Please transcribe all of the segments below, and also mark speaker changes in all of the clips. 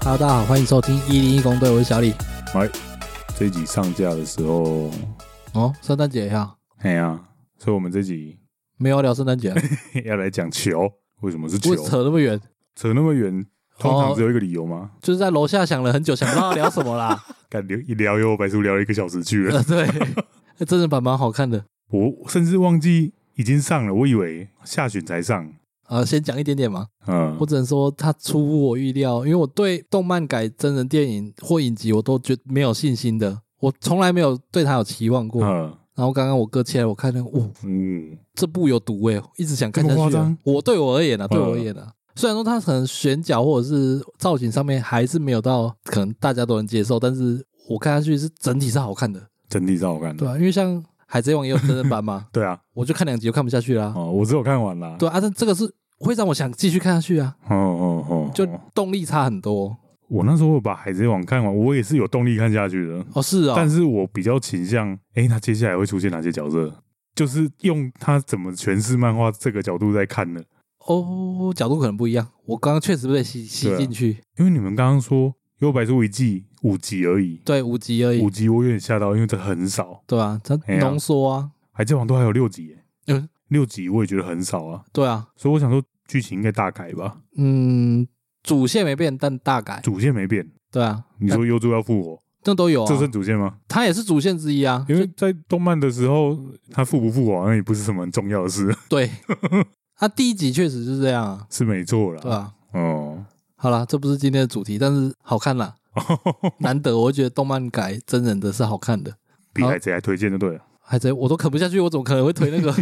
Speaker 1: Hello，大家好，欢迎收听一零一公队，我是小李。
Speaker 2: 这一集上架的时候，
Speaker 1: 哦，圣诞节呀，
Speaker 2: 哎呀、所以我们这集
Speaker 1: 没有聊圣诞节 啊，
Speaker 2: 要来讲球，为什么是球
Speaker 1: 不？扯那么远，
Speaker 2: 扯那么远，通常只
Speaker 1: 哦、
Speaker 2: 有一个理由吗？
Speaker 1: 就是在楼下想了很久，想不到要聊什么 啦。
Speaker 2: 干聊一聊又白叔聊了一个小时去 了，
Speaker 1: 呃，对，那真人版蛮好看的。
Speaker 2: 我甚至忘记已经上了，我以为下旬才上。
Speaker 1: 呃，先讲一点点嘛，
Speaker 2: 嗯
Speaker 1: 我，只能说它出乎我预料，因为我对动漫改真人电影或影集我都觉没有信心的，我从来没有对它有期望过。
Speaker 2: 嗯
Speaker 1: 然后刚刚我哥切来，我看那个，哦哇，
Speaker 2: 嗯，
Speaker 1: 这部有毒哎、一直想看下
Speaker 2: 这么夸
Speaker 1: 去、啊
Speaker 2: 张。
Speaker 1: 我对我而言啊，对
Speaker 2: 嗯
Speaker 1: 我而言啊，虽然说它可能选角或者是造型上面还是没有到可能大家都能接受，但是我看下去是整体是好看的，
Speaker 2: 整体是好看
Speaker 1: 对
Speaker 2: 的。，
Speaker 1: 啊，因为像《海贼王》也有真人版嘛
Speaker 2: 对啊，
Speaker 1: 我就看两集就看不下去啦、
Speaker 2: 哦，我只有看完啦。
Speaker 1: 对啊，但这个是会让我想继续看下去啊，
Speaker 2: 哦哦哦，
Speaker 1: 就动力差很多
Speaker 2: 我那时候把《海贼王》看完，我也是有动力看下去的。
Speaker 1: 哦，是哦，
Speaker 2: 但是我比较倾向，哎、他接下来会出现哪些角色？就是用他怎么诠释漫画这个角度在看呢？
Speaker 1: 哦，角度可能不一样，我刚刚确实被吸吸
Speaker 2: 对啊
Speaker 1: 进去，
Speaker 2: 因为你们刚刚说《幽白书》一季五集而已，
Speaker 1: 对，五集而已
Speaker 2: 五，集我有点吓到，因为这很少，《
Speaker 1: 对啊，它
Speaker 2: 哎呀
Speaker 1: 浓缩啊，
Speaker 2: 海贼王》都还有六集耶、
Speaker 1: 嗯
Speaker 2: 六集我也觉得很少啊，
Speaker 1: 对啊，
Speaker 2: 所以我想说剧情应该大改吧，
Speaker 1: 嗯，主线没变，但大改。
Speaker 2: 主线没变。
Speaker 1: 对啊，
Speaker 2: 你说幽助要复活，
Speaker 1: 那都有啊
Speaker 2: 这，算主线吗？
Speaker 1: 它也是主线之一啊。
Speaker 2: 因为
Speaker 1: 就
Speaker 2: 在动漫的时候，他复不复活好像也不是什么很重要的事，
Speaker 1: 对，它第一集确实是这样啊，
Speaker 2: 是没错啦。
Speaker 1: 对啊。
Speaker 2: 哦，
Speaker 1: 好啦，这不是今天的主题，但是好看 啦，难得，我会觉得动漫改真人的是好看的。
Speaker 2: 比
Speaker 1: 好
Speaker 2: 海贼还推荐就对了。
Speaker 1: 海贼我都啃不下去，我怎么可能会推那 个？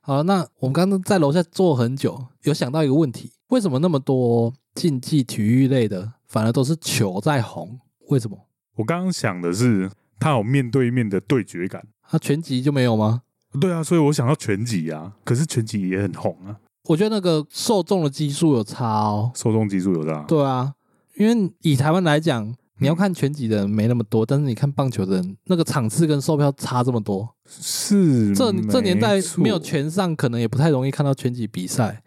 Speaker 1: 好，那我们刚刚在楼下坐很久，有想到一个问题：为什么那么多竞技体育类的反而都是球在红？为什么？
Speaker 2: 我刚刚想的是，他有面对面的对决感。
Speaker 1: 它、啊全集就没有吗？
Speaker 2: 对啊，所以我想到全集啊，可是全集也很红啊，
Speaker 1: 我觉得那个受众的基数有差哦。
Speaker 2: 受众基数有大。
Speaker 1: 对啊，因为以台湾来讲，你
Speaker 2: 嗯
Speaker 1: 要看拳击的人没那么多，但是你看棒球的人，那个场次跟售票差这么多。
Speaker 2: 是
Speaker 1: 这这年代
Speaker 2: 嗯错
Speaker 1: 没有，全上，可能也不太容易看到拳击比 赛。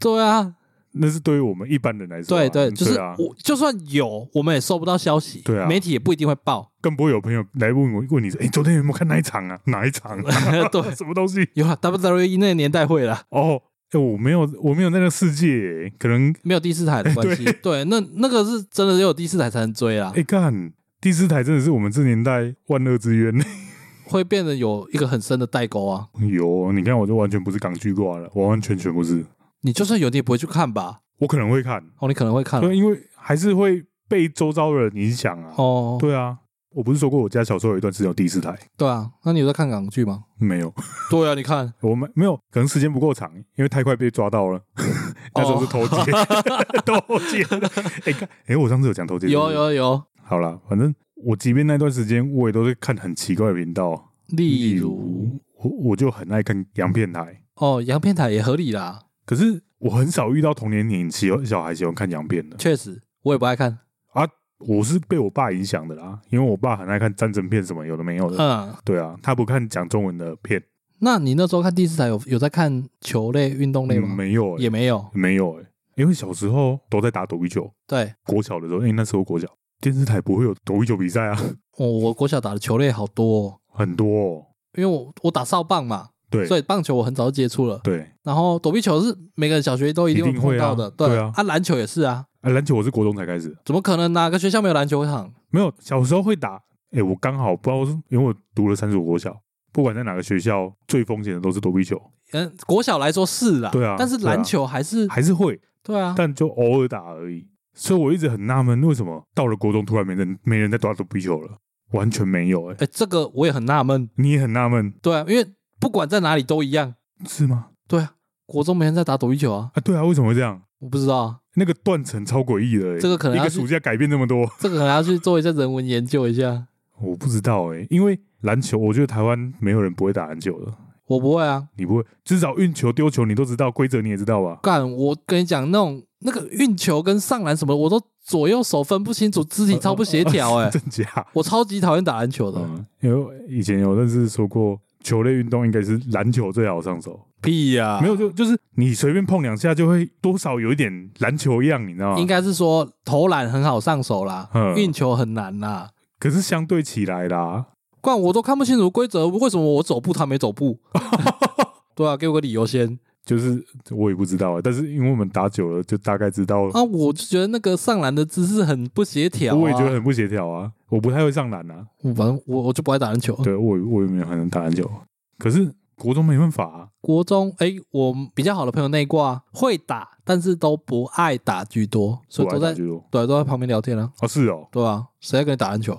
Speaker 1: 对啊，
Speaker 2: 那是对于我们一般人来说啊、
Speaker 1: 对对，就是
Speaker 2: 啊，
Speaker 1: 我就算有，我们也收不到消息，
Speaker 2: 对啊
Speaker 1: 媒体也不一定会 报。
Speaker 2: 更不会有朋友来问我问你说，哎、昨天有没有看哪一场啊？ 哪一场、
Speaker 1: 对，
Speaker 2: 什么东西？
Speaker 1: 有了啊 WWE E 那个年代会啦，
Speaker 2: 哦，哎、我没有，我没有那个世界、欸可能
Speaker 1: 没有第四台的关系。对，那那个是真的只有第四台才能追啦
Speaker 2: 哎、，干，第四台真的是我们这年代万恶之源。
Speaker 1: 会变得有一个很深的代沟啊。
Speaker 2: 有，你看我就完全不是港剧挂了，完完全全不是。
Speaker 1: 你就算有，你也不会去看吧？
Speaker 2: 我可能会看，
Speaker 1: 哦，你可能会看啊
Speaker 2: 对，因为还是会被周遭人影响啊。
Speaker 1: 哦。
Speaker 2: 对啊，我不是说过我家小时候有一段时间有第四台，
Speaker 1: 对啊，那你有在看港剧吗？
Speaker 2: 没有，
Speaker 1: 对啊，你看，
Speaker 2: 我们没有，可能时间不够长，因为太快被抓到了。 那时候是偷窃， 偷 窃。哎、看，哎、我上次有讲偷窃，
Speaker 1: 哦有
Speaker 2: 对不对。
Speaker 1: 有有，
Speaker 2: 好啦，反正我即便那段时间，我也都是看很奇怪的频道，
Speaker 1: 例如
Speaker 2: 我我就很爱看洋片台，
Speaker 1: 哦，洋片台也合理啦，
Speaker 2: 可是我很少遇到同年龄喜欢小孩喜欢看洋片的。
Speaker 1: 确实，我也不爱看。
Speaker 2: 我是被我爸影响的啦，因为我爸很爱看战争片什么有的没有的。
Speaker 1: 嗯，
Speaker 2: 对啊，他不看讲中文的片，
Speaker 1: 那你那时候看第四台有有在看球类、运动类
Speaker 2: 嗯
Speaker 1: 吗？
Speaker 2: 没有、欸，
Speaker 1: 也没有。
Speaker 2: 没有哎、因为小时候都在打躲避球，
Speaker 1: 对，
Speaker 2: 国小的时候，因为那时候国小电视台不会有躲避球比赛啊，
Speaker 1: 我哦我国小打的球类好多、哦，
Speaker 2: 很多、哦。
Speaker 1: 因为我我打少棒嘛，
Speaker 2: 对
Speaker 1: 所以棒球我很早就接触了。
Speaker 2: 对，
Speaker 1: 然后躲避球是每个人小学都一定
Speaker 2: 一定会
Speaker 1: 碰
Speaker 2: 啊
Speaker 1: 到的，
Speaker 2: 对
Speaker 1: 啊
Speaker 2: 啊，
Speaker 1: 篮球也是啊，
Speaker 2: 啊，篮球我是国中才开始，
Speaker 1: 怎么可能哪个学校没有篮球场？
Speaker 2: 没有小时候会打。哎、我刚好不知道是，因为我读了三所国小，不管在哪个学校，最风险的都是躲避球，
Speaker 1: 嗯，国小来说是啦，
Speaker 2: 对啊
Speaker 1: 但是
Speaker 2: 对啊
Speaker 1: 篮球还是
Speaker 2: 还是会，
Speaker 1: 对啊，
Speaker 2: 但就偶尔打而已。所以我一直很纳闷，为什么到了国中突然没人没人在打躲避球了，完全没有、哎，
Speaker 1: 哎，这个我也很纳闷，
Speaker 2: 你也很纳闷
Speaker 1: 对啊，因为不管在哪里都一样。
Speaker 2: 是吗？
Speaker 1: 对啊，国中没人在打躲避球啊，
Speaker 2: 啊，对啊，为什么会这样？
Speaker 1: 我不知道啊，
Speaker 2: 那个断层超诡异的、哎
Speaker 1: 这个可能
Speaker 2: 一
Speaker 1: 要
Speaker 2: 个
Speaker 1: 去
Speaker 2: 暑假改变那么多，
Speaker 1: 这个可能要去做一下人文研究一下。
Speaker 2: 我不知道哎、因为篮球，我觉得台湾没有人不会打篮球的。
Speaker 1: 我不会啊，
Speaker 2: 你不会，至少运球、丢球你都知道，规则你也知道吧？
Speaker 1: 干，我跟你讲，那种那个运球跟上篮什么的，我都左右手分不清楚，肢体 超不协调、欸，哎、
Speaker 2: 真假？嗯
Speaker 1: 我超级讨厌打篮球的。
Speaker 2: 嗯，因为以前有认识说过，球类运动应该是篮球最好上手，
Speaker 1: 屁呀、
Speaker 2: 没有就就是你随便碰两下就会多少有一点篮球样，你知道吗
Speaker 1: 应？该是说投篮很好上手啦
Speaker 2: 嗯，
Speaker 1: 运球很难啦。
Speaker 2: 可是相对起来啦，
Speaker 1: 不然我都看不清楚规则，为什么我走步他没走 步？对啊，给我个理由先
Speaker 2: 就是我也不知道啊，但是因为我们打久了，就大概知道，
Speaker 1: 啊！我就觉得那个上篮的姿势很不协调、啊，
Speaker 2: 我也觉得很不协调啊，我不太会上篮啊，
Speaker 1: 我反正我我就不爱打篮球。
Speaker 2: 对我我也没有很能打篮球，可是国中没办法、啊，
Speaker 1: 国中哎、我比较好的朋友那一挂会打，但是都不爱打居多，所以都
Speaker 2: 我
Speaker 1: 在
Speaker 2: 爱打球
Speaker 1: 对都在旁边聊天啊，
Speaker 2: 哦是哦，
Speaker 1: 对啊，谁在跟你打篮球？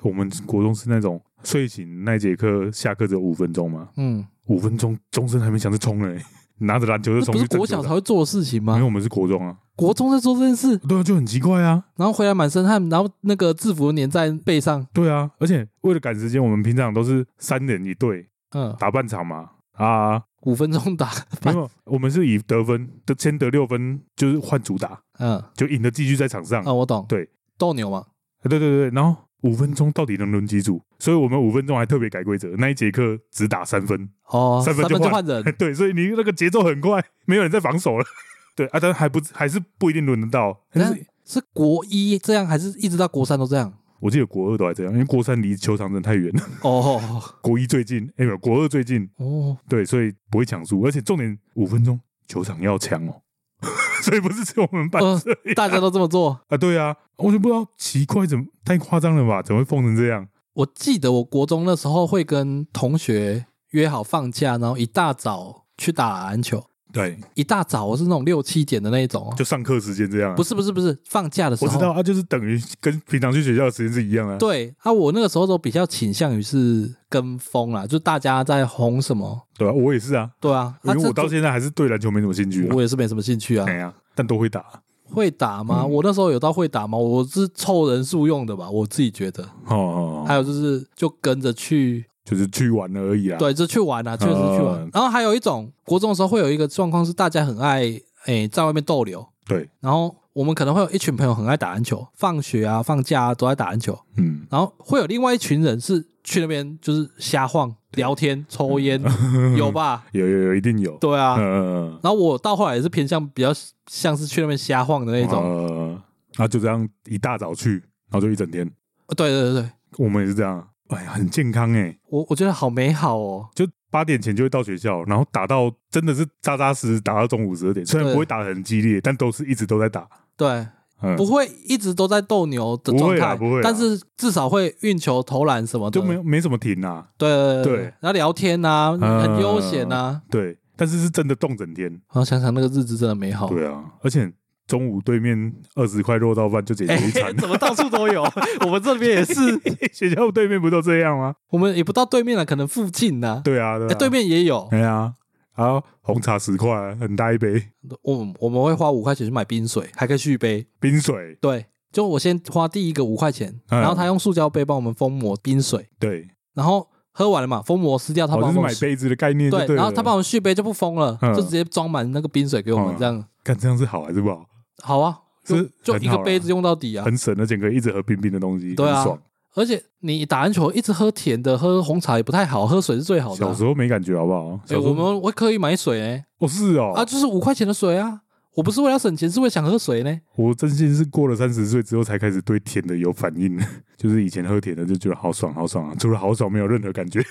Speaker 2: 我们国中是那种睡醒那节课下课只有五分钟吗？
Speaker 1: 嗯，
Speaker 2: 五分钟钟声还没响就冲了、欸，拿着篮球就
Speaker 1: 这
Speaker 2: 冲
Speaker 1: 不
Speaker 2: 去
Speaker 1: 是
Speaker 2: 站
Speaker 1: 国
Speaker 2: 球
Speaker 1: 小才
Speaker 2: 场。
Speaker 1: 会做的事情
Speaker 2: 因为
Speaker 1: 吗？
Speaker 2: 我们是国中啊，
Speaker 1: 国中在做这件事，
Speaker 2: 对啊，就很奇怪啊，
Speaker 1: 然后回来满身汗，然后那个制服粘在背上，
Speaker 2: 对啊，而且为了赶时间，我们平常都是三人一队
Speaker 1: 嗯，
Speaker 2: 打半场嘛，啊，
Speaker 1: 五分钟打，
Speaker 2: 没有，我们是以得分得先得六分，就是换主打，
Speaker 1: 嗯，啊、
Speaker 2: 就赢的继续在场上。
Speaker 1: 我懂，
Speaker 2: 嗯对，
Speaker 1: 斗牛嘛，
Speaker 2: 对对对，然后五分钟到底能轮几组？所以我们五分钟还特别改规则，那一节课只打三分。
Speaker 1: 哦，
Speaker 2: 三
Speaker 1: 三
Speaker 2: 分
Speaker 1: 就
Speaker 2: 就换
Speaker 1: 换人，
Speaker 2: 对，所以你那个节奏很快，没有人在防守了。 对啊，但还不还是不一定轮得到。但
Speaker 1: 但
Speaker 2: 是
Speaker 1: 是国一这样，还是一直到国三都这样？
Speaker 2: 我记得国二都还这样，因为国三离球场真的太远了。
Speaker 1: 哦
Speaker 2: 国一最近，哎、没有，国二最近，
Speaker 1: 哦，
Speaker 2: 对，所以不会抢输，而且重点五分钟球场要抢哦， 所以不是只有我们班
Speaker 1: 呃
Speaker 2: 这样
Speaker 1: 大家都这么做。
Speaker 2: 啊，对啊，我就不知道奇怪，怎么太夸张了吧？怎么会疯成这样？
Speaker 1: 我记得我国中那时候会跟同学约好放假，然后一大早去打篮球，
Speaker 2: 对，
Speaker 1: 一大早我是那种六七点的那一种哦，
Speaker 2: 就上课时间这样、啊，
Speaker 1: 不
Speaker 2: 是？
Speaker 1: 是不是不是，放假的时
Speaker 2: 我
Speaker 1: 候，
Speaker 2: 知道啊，就是等于跟平常去学校的时间是一样啊。
Speaker 1: 对啊，我那个时候都比较倾向于是跟风啦，就大家在红什么，
Speaker 2: 对啊，我也是啊，
Speaker 1: 对啊，
Speaker 2: 因
Speaker 1: 啊
Speaker 2: 为
Speaker 1: 这
Speaker 2: 我到现在还是对篮球没什么兴趣啊
Speaker 1: 我。也是没什么兴趣啊
Speaker 2: 哎。呀，但都会打
Speaker 1: 会打吗？
Speaker 2: 嗯
Speaker 1: 我那时候有到会打吗？我是凑人数用的吧，我自己觉得。
Speaker 2: 哦，
Speaker 1: 还有就是就跟着去，
Speaker 2: 就是去玩而已啊。
Speaker 1: 对，就去玩啊，确实去玩。
Speaker 2: 嗯
Speaker 1: 然后还有一种国中的时候会有一个状况是大家很爱诶、在外面逗留，
Speaker 2: 对，
Speaker 1: 然后我们可能会有一群朋友很爱打篮球，放学啊、放假啊都在打篮球，
Speaker 2: 嗯，
Speaker 1: 然后会有另外一群人是去那边就是瞎晃、聊天、抽烟，有吧？
Speaker 2: 有有有，一定有。
Speaker 1: 对啊。
Speaker 2: 嗯，
Speaker 1: 然后我到后来也是偏向比较像是去那边瞎晃的那种，
Speaker 2: 种，那啊就这样一大早去，然后就一整天。
Speaker 1: 对对对对，
Speaker 2: 我们也是这样啊，哎呀，很健康哎，
Speaker 1: 我我觉得好美好哦，
Speaker 2: 就八点前就会到学校，然后打到真的是扎扎实实打到中午十二点，虽然
Speaker 1: 对
Speaker 2: 不会打得很激烈，但都是一直都在打。
Speaker 1: 对，
Speaker 2: 嗯，
Speaker 1: 不会一直都在斗牛的状态，
Speaker 2: 不会啦不会啦
Speaker 1: 但是至少会运球、投篮什么的，
Speaker 2: 就没有没什么停啊，
Speaker 1: 对对
Speaker 2: 对
Speaker 1: 然后聊天啊，
Speaker 2: 嗯
Speaker 1: 很悠闲啊，
Speaker 2: 对，但是是真的动整天。
Speaker 1: 然后想想那个日子真的美好，
Speaker 2: 对啊，而且中午对面二十块肉燥饭就解决一餐
Speaker 1: 哎， ，怎么到处都有？我们这边也是，
Speaker 2: 学校对面不都这样吗？
Speaker 1: 我们也不到对面了，啊可能附近呢、
Speaker 2: 对啊，对
Speaker 1: 哎
Speaker 2: 啊，
Speaker 1: 对，面也有，
Speaker 2: 哎呀，然后红茶十块，很大一杯，
Speaker 1: 我我们会花五块钱去买冰水，还可以续杯。
Speaker 2: 冰水，
Speaker 1: 对，就我先花第一个五块钱，
Speaker 2: 嗯
Speaker 1: 然后他用塑胶杯帮我们封膜冰水，
Speaker 2: 对，
Speaker 1: 然后喝完了嘛，封膜撕掉，他
Speaker 2: 哦，
Speaker 1: 帮
Speaker 2: 就
Speaker 1: 我
Speaker 2: 是
Speaker 1: 们
Speaker 2: 买杯子的概念就
Speaker 1: 对，
Speaker 2: 了
Speaker 1: 然后他帮我们续杯就不封了，
Speaker 2: 嗯
Speaker 1: 就直接装满那个冰水给我们，
Speaker 2: 嗯
Speaker 1: 这样
Speaker 2: 看这样是好还是不好？
Speaker 1: 好啊，就是就
Speaker 2: 很
Speaker 1: 一个
Speaker 2: 好啦
Speaker 1: 杯子用到底啊。
Speaker 2: 很省，而且可以一直喝冰冰的东西，
Speaker 1: 对啊
Speaker 2: 很爽。
Speaker 1: 而且你打篮球一直喝甜的，喝红茶也不太好，喝水是最好的啊、
Speaker 2: 小时候没感觉好不好？
Speaker 1: 哎、
Speaker 2: 小时
Speaker 1: 我
Speaker 2: 候
Speaker 1: 们会刻意买水哎、
Speaker 2: 哦是
Speaker 1: 啊，
Speaker 2: 哦，
Speaker 1: 就是五块钱的水啊。我不是为了省钱，是为了想喝水呢。
Speaker 2: 我真心是过了三十岁之后才开始对甜的有反应， 就是以前喝甜的就觉得好爽好爽啊，除了好爽没有任何感觉。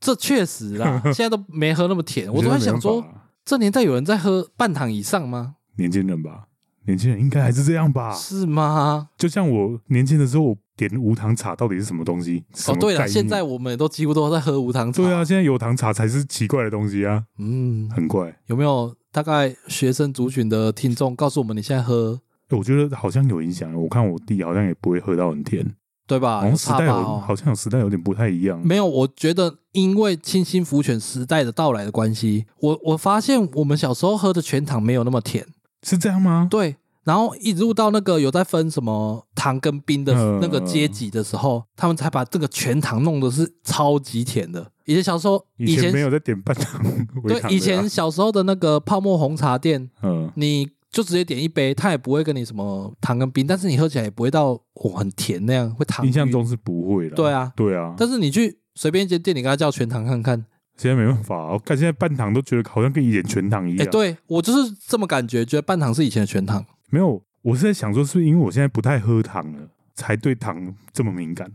Speaker 1: 这确实 啦，现在都没喝那么甜。我都在想
Speaker 2: 没
Speaker 1: 说
Speaker 2: 办，法啊
Speaker 1: 这年代有人在喝半糖以上吗？
Speaker 2: 年轻人吧，年轻人应该还是这样吧。
Speaker 1: 是吗？
Speaker 2: 就像我年轻的时候，我点无糖茶到底是什么东西？什
Speaker 1: 哦，
Speaker 2: 么
Speaker 1: 对
Speaker 2: 概
Speaker 1: 了，
Speaker 2: 念
Speaker 1: 现在我们都几乎都在喝无糖茶。
Speaker 2: 对啊，，现在有糖茶才是奇怪的东西啊，
Speaker 1: 嗯，
Speaker 2: 很怪。
Speaker 1: 有没有大概学生族群的听众告诉我们，你现在喝
Speaker 2: 欸我觉得好像有影响。啊我看我弟好像也不会喝到很甜，
Speaker 1: 对
Speaker 2: 好
Speaker 1: 吧？有
Speaker 2: 像时
Speaker 1: 差
Speaker 2: 代
Speaker 1: 吧
Speaker 2: 有，
Speaker 1: 哦
Speaker 2: 好像有时代有点不太一样。
Speaker 1: 没有，我觉得因为清新福泉时代的到来的关系，我我发现我们小时候喝的全糖没有那么甜，
Speaker 2: 是这样吗？
Speaker 1: 对。然后一入到那个有在分什么糖跟冰的
Speaker 2: 嗯
Speaker 1: 那个阶级的时候，他们才把这个全糖弄的是超级甜的。以前小时候，
Speaker 2: 以前
Speaker 1: 前
Speaker 2: 没有在点半糖 微
Speaker 1: 对
Speaker 2: 糖的啊
Speaker 1: 以前小时候的那个泡沫红茶店，
Speaker 2: 嗯
Speaker 1: 你就直接点一杯，它也不会跟你什么糖跟冰，但是你喝起来也不会到哦很甜那样，会糖
Speaker 2: 印象
Speaker 1: 晕
Speaker 2: 中是不会了。
Speaker 1: 对啊
Speaker 2: 对啊，
Speaker 1: 但是你去随便一间店，你跟他叫全糖看看，
Speaker 2: 现在没办法啊，我看现在半糖都觉得好像跟以前全糖一
Speaker 1: 哎、
Speaker 2: 样。
Speaker 1: 对我就是这么感觉，觉得半糖是以前的全糖。
Speaker 2: 没有，我是在想说，是不是因为我现在不太喝糖了，才对糖这么敏感，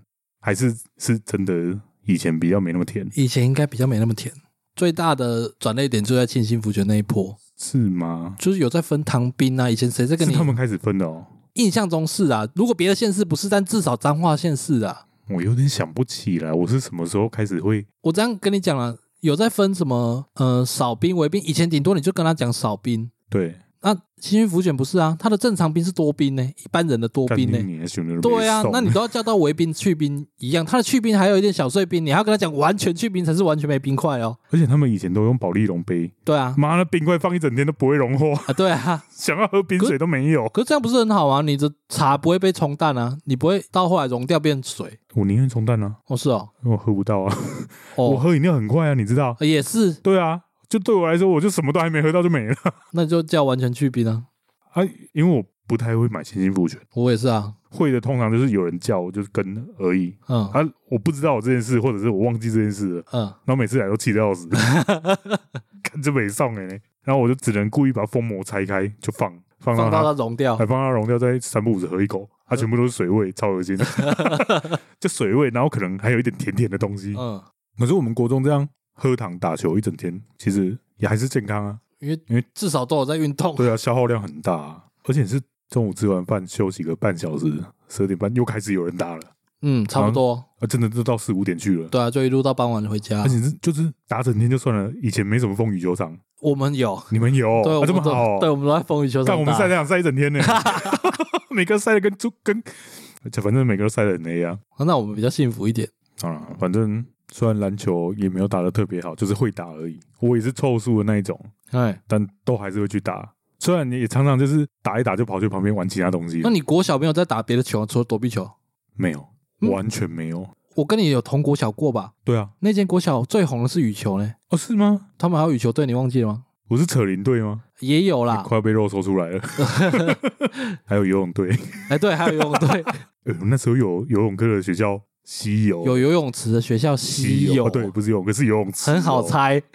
Speaker 2: 还是是真的以前比较没那么甜，
Speaker 1: 以前应该比较没那么甜。最大的转捩点就在庆幸福泉那一波，
Speaker 2: 是吗？
Speaker 1: 就是有在分糖冰啊。以前谁在跟
Speaker 2: 是
Speaker 1: 你
Speaker 2: 他们开始分的哦，
Speaker 1: 印象中是啊？如果别的县市不是，但至少彰化县市啊。
Speaker 2: 我有点想不起来，我是什么时候开始会
Speaker 1: 我这样跟你讲啊，有在分什么呃少冰、微冰。以前顶多你就跟他讲少冰，
Speaker 2: 对
Speaker 1: 那庆幸福泉不是啊，它的正常冰是多冰呢、一般人的多
Speaker 2: 干
Speaker 1: 冰呢、
Speaker 2: 你的熊牛肉
Speaker 1: 对啊
Speaker 2: 没，送
Speaker 1: 那你都要叫到微冰、去冰一样，它的去冰还有一点小碎冰，你还要跟他讲完全去冰才是完全没冰块哦。
Speaker 2: 而且他们以前都用保利龙杯，
Speaker 1: 对啊，
Speaker 2: 妈的冰块放一整天都不会融化，
Speaker 1: 啊对啊，
Speaker 2: 想要喝冰水都没有。
Speaker 1: 可是这样不是很好吗？啊你的茶不会被冲淡啊，你不会到后来溶掉变水。
Speaker 2: 我宁愿冲淡啊，
Speaker 1: 哦，是哦，
Speaker 2: 我喝不到啊，我
Speaker 1: 哦，
Speaker 2: 喝饮料很快啊，你知道？
Speaker 1: 也是，
Speaker 2: 对啊，就对我来说，我就什么都还没喝到就没了
Speaker 1: 那就叫完全去冰啊。
Speaker 2: 啊，因为我不太会买清新福泉，
Speaker 1: 我也是啊，
Speaker 2: 会的通常就是有人叫我就跟而已
Speaker 1: 嗯
Speaker 2: 啊，我不知道我这件事，或者是我忘记这件事了，
Speaker 1: 嗯，
Speaker 2: 然后每次来都气得要死， 看这没送哎、然后我就只能故意把封膜拆开就放，放到
Speaker 1: 放
Speaker 2: 它
Speaker 1: 到它溶掉
Speaker 2: 还。放它融掉，再三不五时喝一口，它全部都是水味，超恶心，就水味，然后可能还有一点甜甜的东西。
Speaker 1: 嗯，
Speaker 2: 可是我们国中这样喝糖打球一整天，其实也还是健康啊，
Speaker 1: 因为因
Speaker 2: 因
Speaker 1: 为
Speaker 2: 为
Speaker 1: 至少都有在运动。
Speaker 2: 对啊，消耗量很大、啊，而且是中午吃完饭休息个半小时，十二点半又开始有人打了。
Speaker 1: 嗯，差不多。
Speaker 2: 啊，真的都到四五点去了，
Speaker 1: 对啊，啊就一路到傍晚回家
Speaker 2: 而。且是就是打整天就算了，以前没什么风雨球场，
Speaker 1: 我们有，
Speaker 2: 你们有，
Speaker 1: 对，我
Speaker 2: 啊、这
Speaker 1: 们
Speaker 2: 么
Speaker 1: 都
Speaker 2: 好、
Speaker 1: 对，
Speaker 2: 哦，
Speaker 1: 我们都在风雨球
Speaker 2: 干我
Speaker 1: 场
Speaker 2: 们晒
Speaker 1: 打
Speaker 2: 太。阳晒一整 天呢，每个晒的跟猪跟，就反正每个都晒的很黑啊，
Speaker 1: 啊那我们比较幸福一点。
Speaker 2: 啊，反正虽然篮球也没有打的特别好，就是会打而已，我也是凑数的那一种，
Speaker 1: 哎，
Speaker 2: 但都还是会去打，虽然也常常就是打一打就跑去旁边玩其他东西了，
Speaker 1: 那你国小没有在打别的球，啊除了躲避球？
Speaker 2: 没有，
Speaker 1: 嗯
Speaker 2: 完全没有，
Speaker 1: 我跟你有同国小过吧？
Speaker 2: 对啊，
Speaker 1: 那间国小最红的是羽球呢，
Speaker 2: 哦是吗？
Speaker 1: 他们还有羽球队，你忘记了吗？
Speaker 2: 我是扯铃队吗？
Speaker 1: 也有啦，
Speaker 2: 快要被肉搜出来 了， 还有游泳队。
Speaker 1: 哎，对，还有游泳队，
Speaker 2: 呃，那时候有游泳课的学校西 游，
Speaker 1: 有游泳池的学校
Speaker 2: 西
Speaker 1: 稀有，
Speaker 2: 哦对，不是游泳，可是游泳池哦、
Speaker 1: 很好猜。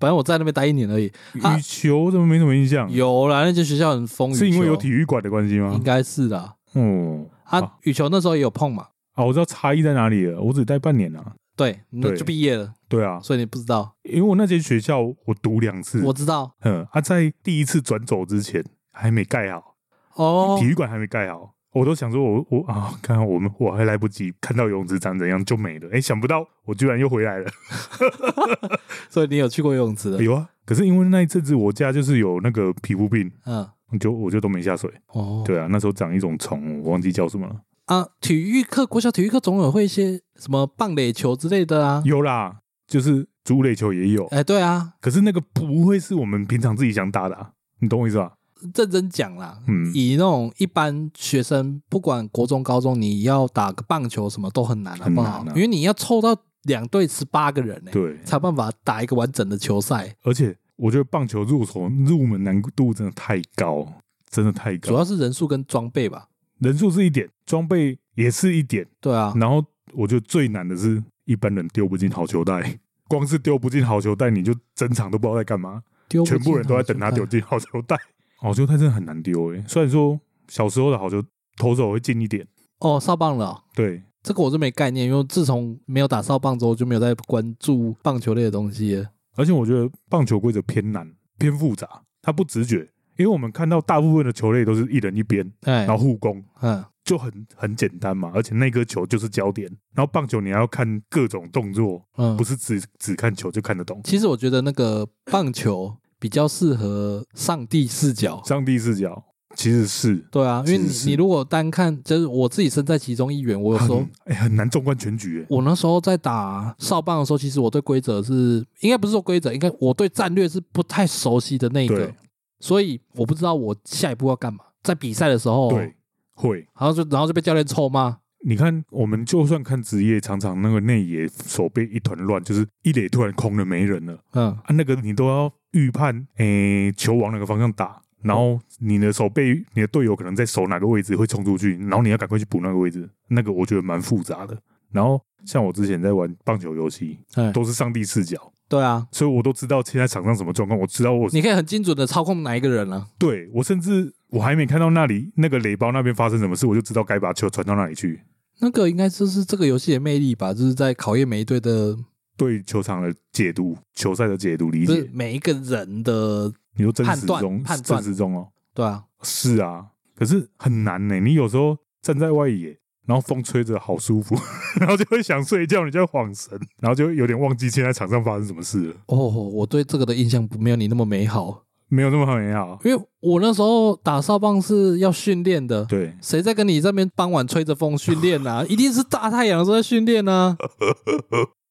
Speaker 1: 反正我在那边待一年而已。啊
Speaker 2: 羽球怎么没什么印象？
Speaker 1: 有啦，那间学校很风雨，
Speaker 2: 嗯是因为有体，育馆的关系吗
Speaker 1: 应？该是的。
Speaker 2: 嗯，
Speaker 1: 啊
Speaker 2: 啊，
Speaker 1: 羽球那时候也有碰嘛，
Speaker 2: 啊，我知道差异在哪里了，我只待半年啊。
Speaker 1: 对，那
Speaker 2: 对
Speaker 1: 就毕业了，
Speaker 2: 对啊，
Speaker 1: 所以你不知道，
Speaker 2: 因为我那间学校我读两次，
Speaker 1: 我知道
Speaker 2: 嗯啊，在第一次转走之前还没盖好，
Speaker 1: 哦
Speaker 2: 体。育馆还没盖好，我都想说我我啊，看我们我还来不及看到游泳池长怎样就没了，哎，想不到我居然又回来了。
Speaker 1: 所以你有去过游泳池的，
Speaker 2: 有啊，可是因为那一阵子我家就是有那个皮肤病，
Speaker 1: 嗯，
Speaker 2: 就我就都没下水。
Speaker 1: 哦，
Speaker 2: 哦对啊，那时候长一种虫，我忘记叫什么了。
Speaker 1: 啊，体育课，国小体育课总有会一些什么棒垒球之类的啊。
Speaker 2: 有啦，就是竹垒球也有，
Speaker 1: 哎，对啊，
Speaker 2: 可是那个不会是我们平常自己想打的、啊，你懂我意思吧？
Speaker 1: 认真讲啦，
Speaker 2: 嗯，
Speaker 1: 以那种一般学生，不管国中、高中，你要打个棒球什么都很难，好
Speaker 2: 很
Speaker 1: 不
Speaker 2: 难啊
Speaker 1: 好？因为你要凑到两队十八个人呢、欸
Speaker 2: 对，
Speaker 1: 才有办法打一个完整的球赛。
Speaker 2: 而且我觉得棒球入手入门难度真的太高，真的太
Speaker 1: 主
Speaker 2: 高，
Speaker 1: 要是人数跟装备吧。
Speaker 2: 人数是一点，装备也是一点，
Speaker 1: 对啊，
Speaker 2: 然后我觉得最难的是一般人丢不进好球袋。 光是丢不进好球袋，你就整场都不知道在干嘛，
Speaker 1: 丢不
Speaker 2: 全
Speaker 1: 进
Speaker 2: 部人都在等他
Speaker 1: 好球
Speaker 2: 丢
Speaker 1: 赛。
Speaker 2: 进好球袋。好球袋真的很难丢诶、虽然说小时候的好球投手会进一点，
Speaker 1: 哦，少棒了哦、
Speaker 2: 对，
Speaker 1: 这个我就没概念，因为自从没有打少棒之后，就没有再关注棒球类的东西了。
Speaker 2: 而且我觉得棒球规则偏难、偏复杂，它不直觉，因为我们看到大部分的球类都是一人一边，
Speaker 1: 哎
Speaker 2: 然，后互攻。
Speaker 1: 嗯，
Speaker 2: 就很很简单嘛，而且那颗球就是焦点。然后棒球你还要看各种动作，
Speaker 1: 嗯
Speaker 2: 不是只只看球就看得懂。
Speaker 1: 其实我觉得那个棒球比较适合上帝视角。
Speaker 2: 上帝视角其实是
Speaker 1: 对啊，因为你
Speaker 2: 是是
Speaker 1: 你如果单看，就是我自己身在其中一员，我有时候
Speaker 2: 很哎、很难纵观全局、哎
Speaker 1: 我那时候在打少棒的时候，其实我对规则是应该不是说规则，应该我对战略是不太熟悉的那一个
Speaker 2: 对，
Speaker 1: 所以我不知道我下一步要干嘛。在比赛的时候，
Speaker 2: 对，会。
Speaker 1: 然后就然后就被教练臭骂，
Speaker 2: 你看，我们就算看职业，常常那个内野手背一团乱，就是一垒突然空了没人了
Speaker 1: 嗯，
Speaker 2: 啊，那个你都要预判，哎、球往哪个方向打，然后你的手被你的队友可能在守哪个位置会冲出去，然后你要赶快去补那个位置，那个我觉得蛮复杂的。然后像我之前在玩棒球游戏，
Speaker 1: 哎，
Speaker 2: 都是上帝视角，
Speaker 1: 对啊，
Speaker 2: 所以我都知道现在场上什么状况，我知道我
Speaker 1: 你可以很精准的操控哪一个人啊。
Speaker 2: 对我甚至我还没看到那里那个垒包那边发生什么事，我就知道该把球传到那里去。
Speaker 1: 那个应该就是这个游戏的魅力吧，就是在考验每一队的，
Speaker 2: 对球场的解读、球赛的解读理
Speaker 1: 不是
Speaker 2: 解，
Speaker 1: 每一个人的，
Speaker 2: 你说真实
Speaker 1: 判断
Speaker 2: 中
Speaker 1: 判
Speaker 2: 真
Speaker 1: 断
Speaker 2: 实中哦，
Speaker 1: 对啊，
Speaker 2: 是啊，可是很难呢、你有时候站在外野，然后风吹着好舒服， 然后就会想睡觉，你就会晃神，然后就会有点忘记现在场上发生什么事了，
Speaker 1: 哦，我对这个的印象不没有你那么美好，
Speaker 2: 没有那么美好。
Speaker 1: 因为我那时候打哨棒是要训练的，
Speaker 2: 对，
Speaker 1: 谁在跟你这边傍晚吹着风训练啊？ 一定是大太阳的时候在训练啊。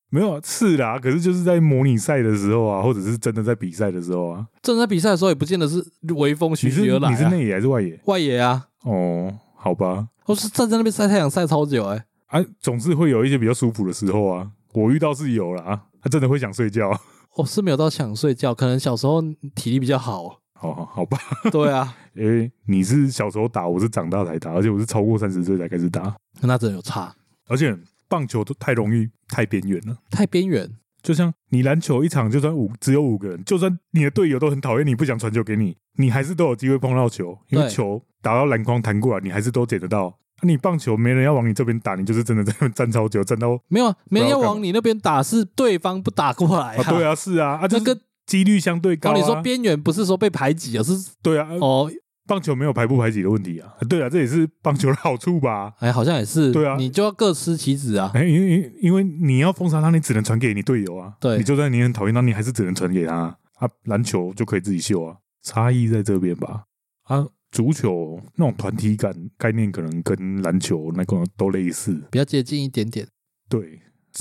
Speaker 2: 没有啊是啦，可是就是在模拟赛的时候啊，或者是真的在比赛的时候啊，
Speaker 1: 正在比赛的时候也不见得是微风徐
Speaker 2: 你是
Speaker 1: 徐而来、啊，
Speaker 2: 你是内野还是外野？
Speaker 1: 外野啊，
Speaker 2: 哦，好吧，
Speaker 1: 我是站在那边晒太阳晒超久哎、
Speaker 2: 啊，总是会有一些比较舒服的时候啊，我遇到是有啦，他、真的会想睡觉。
Speaker 1: 我、是没有到想睡觉，可能小时候体力比较 好，
Speaker 2: 好哦好好吧，
Speaker 1: 对啊，
Speaker 2: 因为你是小时候打，我是长大才打，而且我是超过三十岁才开始打。
Speaker 1: 那真的有差，
Speaker 2: 而且棒球都太容易太边缘了。
Speaker 1: 太边缘，
Speaker 2: 就像你篮球一场，就算五只有五个人，就算你的队友都很讨厌你，不想传球给你，你还是都有机会碰到球，因为
Speaker 1: 对
Speaker 2: 球打到篮筐弹过来，你还是都捡得到。啊你棒球没人要往你这边打，你就是真的在那边站超久，站到
Speaker 1: 没有啊，没人要
Speaker 2: 不知道干嘛
Speaker 1: 往你那边打，是对方不打过来
Speaker 2: 啊，对
Speaker 1: 啊，
Speaker 2: 啊，是啊，啊，
Speaker 1: 这
Speaker 2: 这
Speaker 1: 个
Speaker 2: 个几率相对高、
Speaker 1: 哦，
Speaker 2: 啊。
Speaker 1: 你说边缘不是说被排挤，而是
Speaker 2: 对啊，
Speaker 1: 哦，
Speaker 2: 棒球没有排不排挤的问题啊。啊对啊，这也是棒球的好处吧？
Speaker 1: 哎，好像也是，
Speaker 2: 对啊
Speaker 1: 你就要各司其职啊，
Speaker 2: 哎，因为因为你要封杀他，你只能传给你队友啊。
Speaker 1: 对
Speaker 2: 你就算你很讨厌他，你还是只能传给他啊。啊篮球就可以自己秀啊，差异在这边吧。啊，足球那种团体感概念可能跟篮球那个都类似，
Speaker 1: 比较接近一点点，
Speaker 2: 对，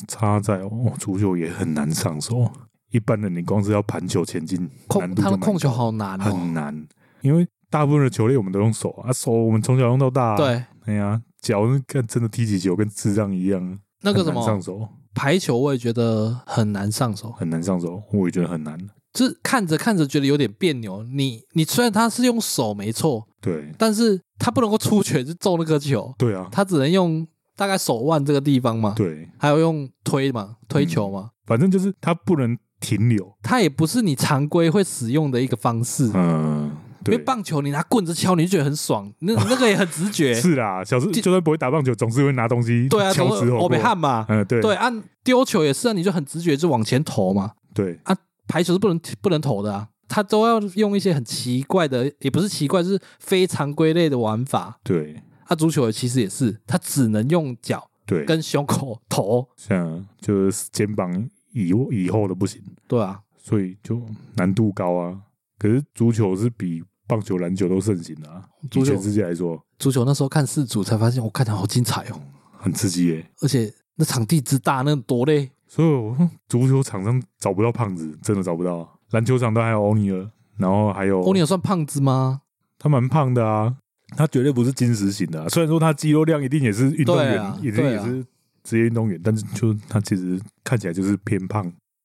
Speaker 2: 差在哦，足球也很难上手。一般人你光是要盘球前进，难
Speaker 1: 控
Speaker 2: 度
Speaker 1: 他
Speaker 2: 就
Speaker 1: 们
Speaker 2: 蛮
Speaker 1: 控球
Speaker 2: 高
Speaker 1: 好难
Speaker 2: 很
Speaker 1: 哦，
Speaker 2: 难，因为大部分的球类我们都用手啊，啊手我们从小用到大、，
Speaker 1: 对，
Speaker 2: 哎呀，脚跟真的踢起球跟智障一样，
Speaker 1: 那个什
Speaker 2: 很难上
Speaker 1: 么
Speaker 2: 手
Speaker 1: 排球我也觉得很难上手，
Speaker 2: 很难上手，我也觉得很难。
Speaker 1: 就是看着看着觉得有点别扭。你你虽然他是用手没错，
Speaker 2: 对，
Speaker 1: 但是他不能够出拳去揍那颗球，
Speaker 2: 对啊，
Speaker 1: 他只能用大概手腕这个地方嘛，
Speaker 2: 对，嗯
Speaker 1: 还有用推嘛，推球嘛，
Speaker 2: 反正就是他不能停留。
Speaker 1: 它也不是你常规会使用的一个方式。
Speaker 2: 嗯，
Speaker 1: 因为
Speaker 2: 对，
Speaker 1: 棒球你拿棍子敲，你就觉得很爽， 那那个也很直觉。
Speaker 2: 是啦，小时
Speaker 1: 就
Speaker 2: 就算不会打棒球，总是会拿东西
Speaker 1: 对啊，
Speaker 2: 敲
Speaker 1: 从
Speaker 2: 石头
Speaker 1: 欧
Speaker 2: 过
Speaker 1: 北。汉嘛，
Speaker 2: 嗯，对
Speaker 1: 对，按丢球也是啊，你就很直觉就往前投嘛。
Speaker 2: 对
Speaker 1: 排球是不能不能投的啊，他都要用一些很奇怪的，也不是奇怪，就是非常规类的玩法。
Speaker 2: 对
Speaker 1: 啊，足球其实也是，他只能用脚
Speaker 2: 对，
Speaker 1: 跟胸口投，
Speaker 2: 像就是肩膀以后以后的不行，
Speaker 1: 对啊，
Speaker 2: 所以就难度高啊。可是足球是比棒球、篮球都盛行的啊。
Speaker 1: 足球
Speaker 2: 以全世界来说
Speaker 1: 足球那时候看四组才发现，我看的好精彩哦，
Speaker 2: 很刺激耶、
Speaker 1: 而且那场地之大，那多累，
Speaker 2: 所以我说足球场上找不到胖子，真的找不到。篮球场都还有欧尼尔，然后还有
Speaker 1: 欧尼尔哦算胖子吗？
Speaker 2: 他蛮胖的啊，他绝对不是金石型的啊、虽然说他肌肉量一定也是运动
Speaker 1: 对
Speaker 2: 员，
Speaker 1: 啊
Speaker 2: 也是、
Speaker 1: 对
Speaker 2: 也
Speaker 1: 啊
Speaker 2: 是职业运动员，但是就他其实看起来就是偏胖。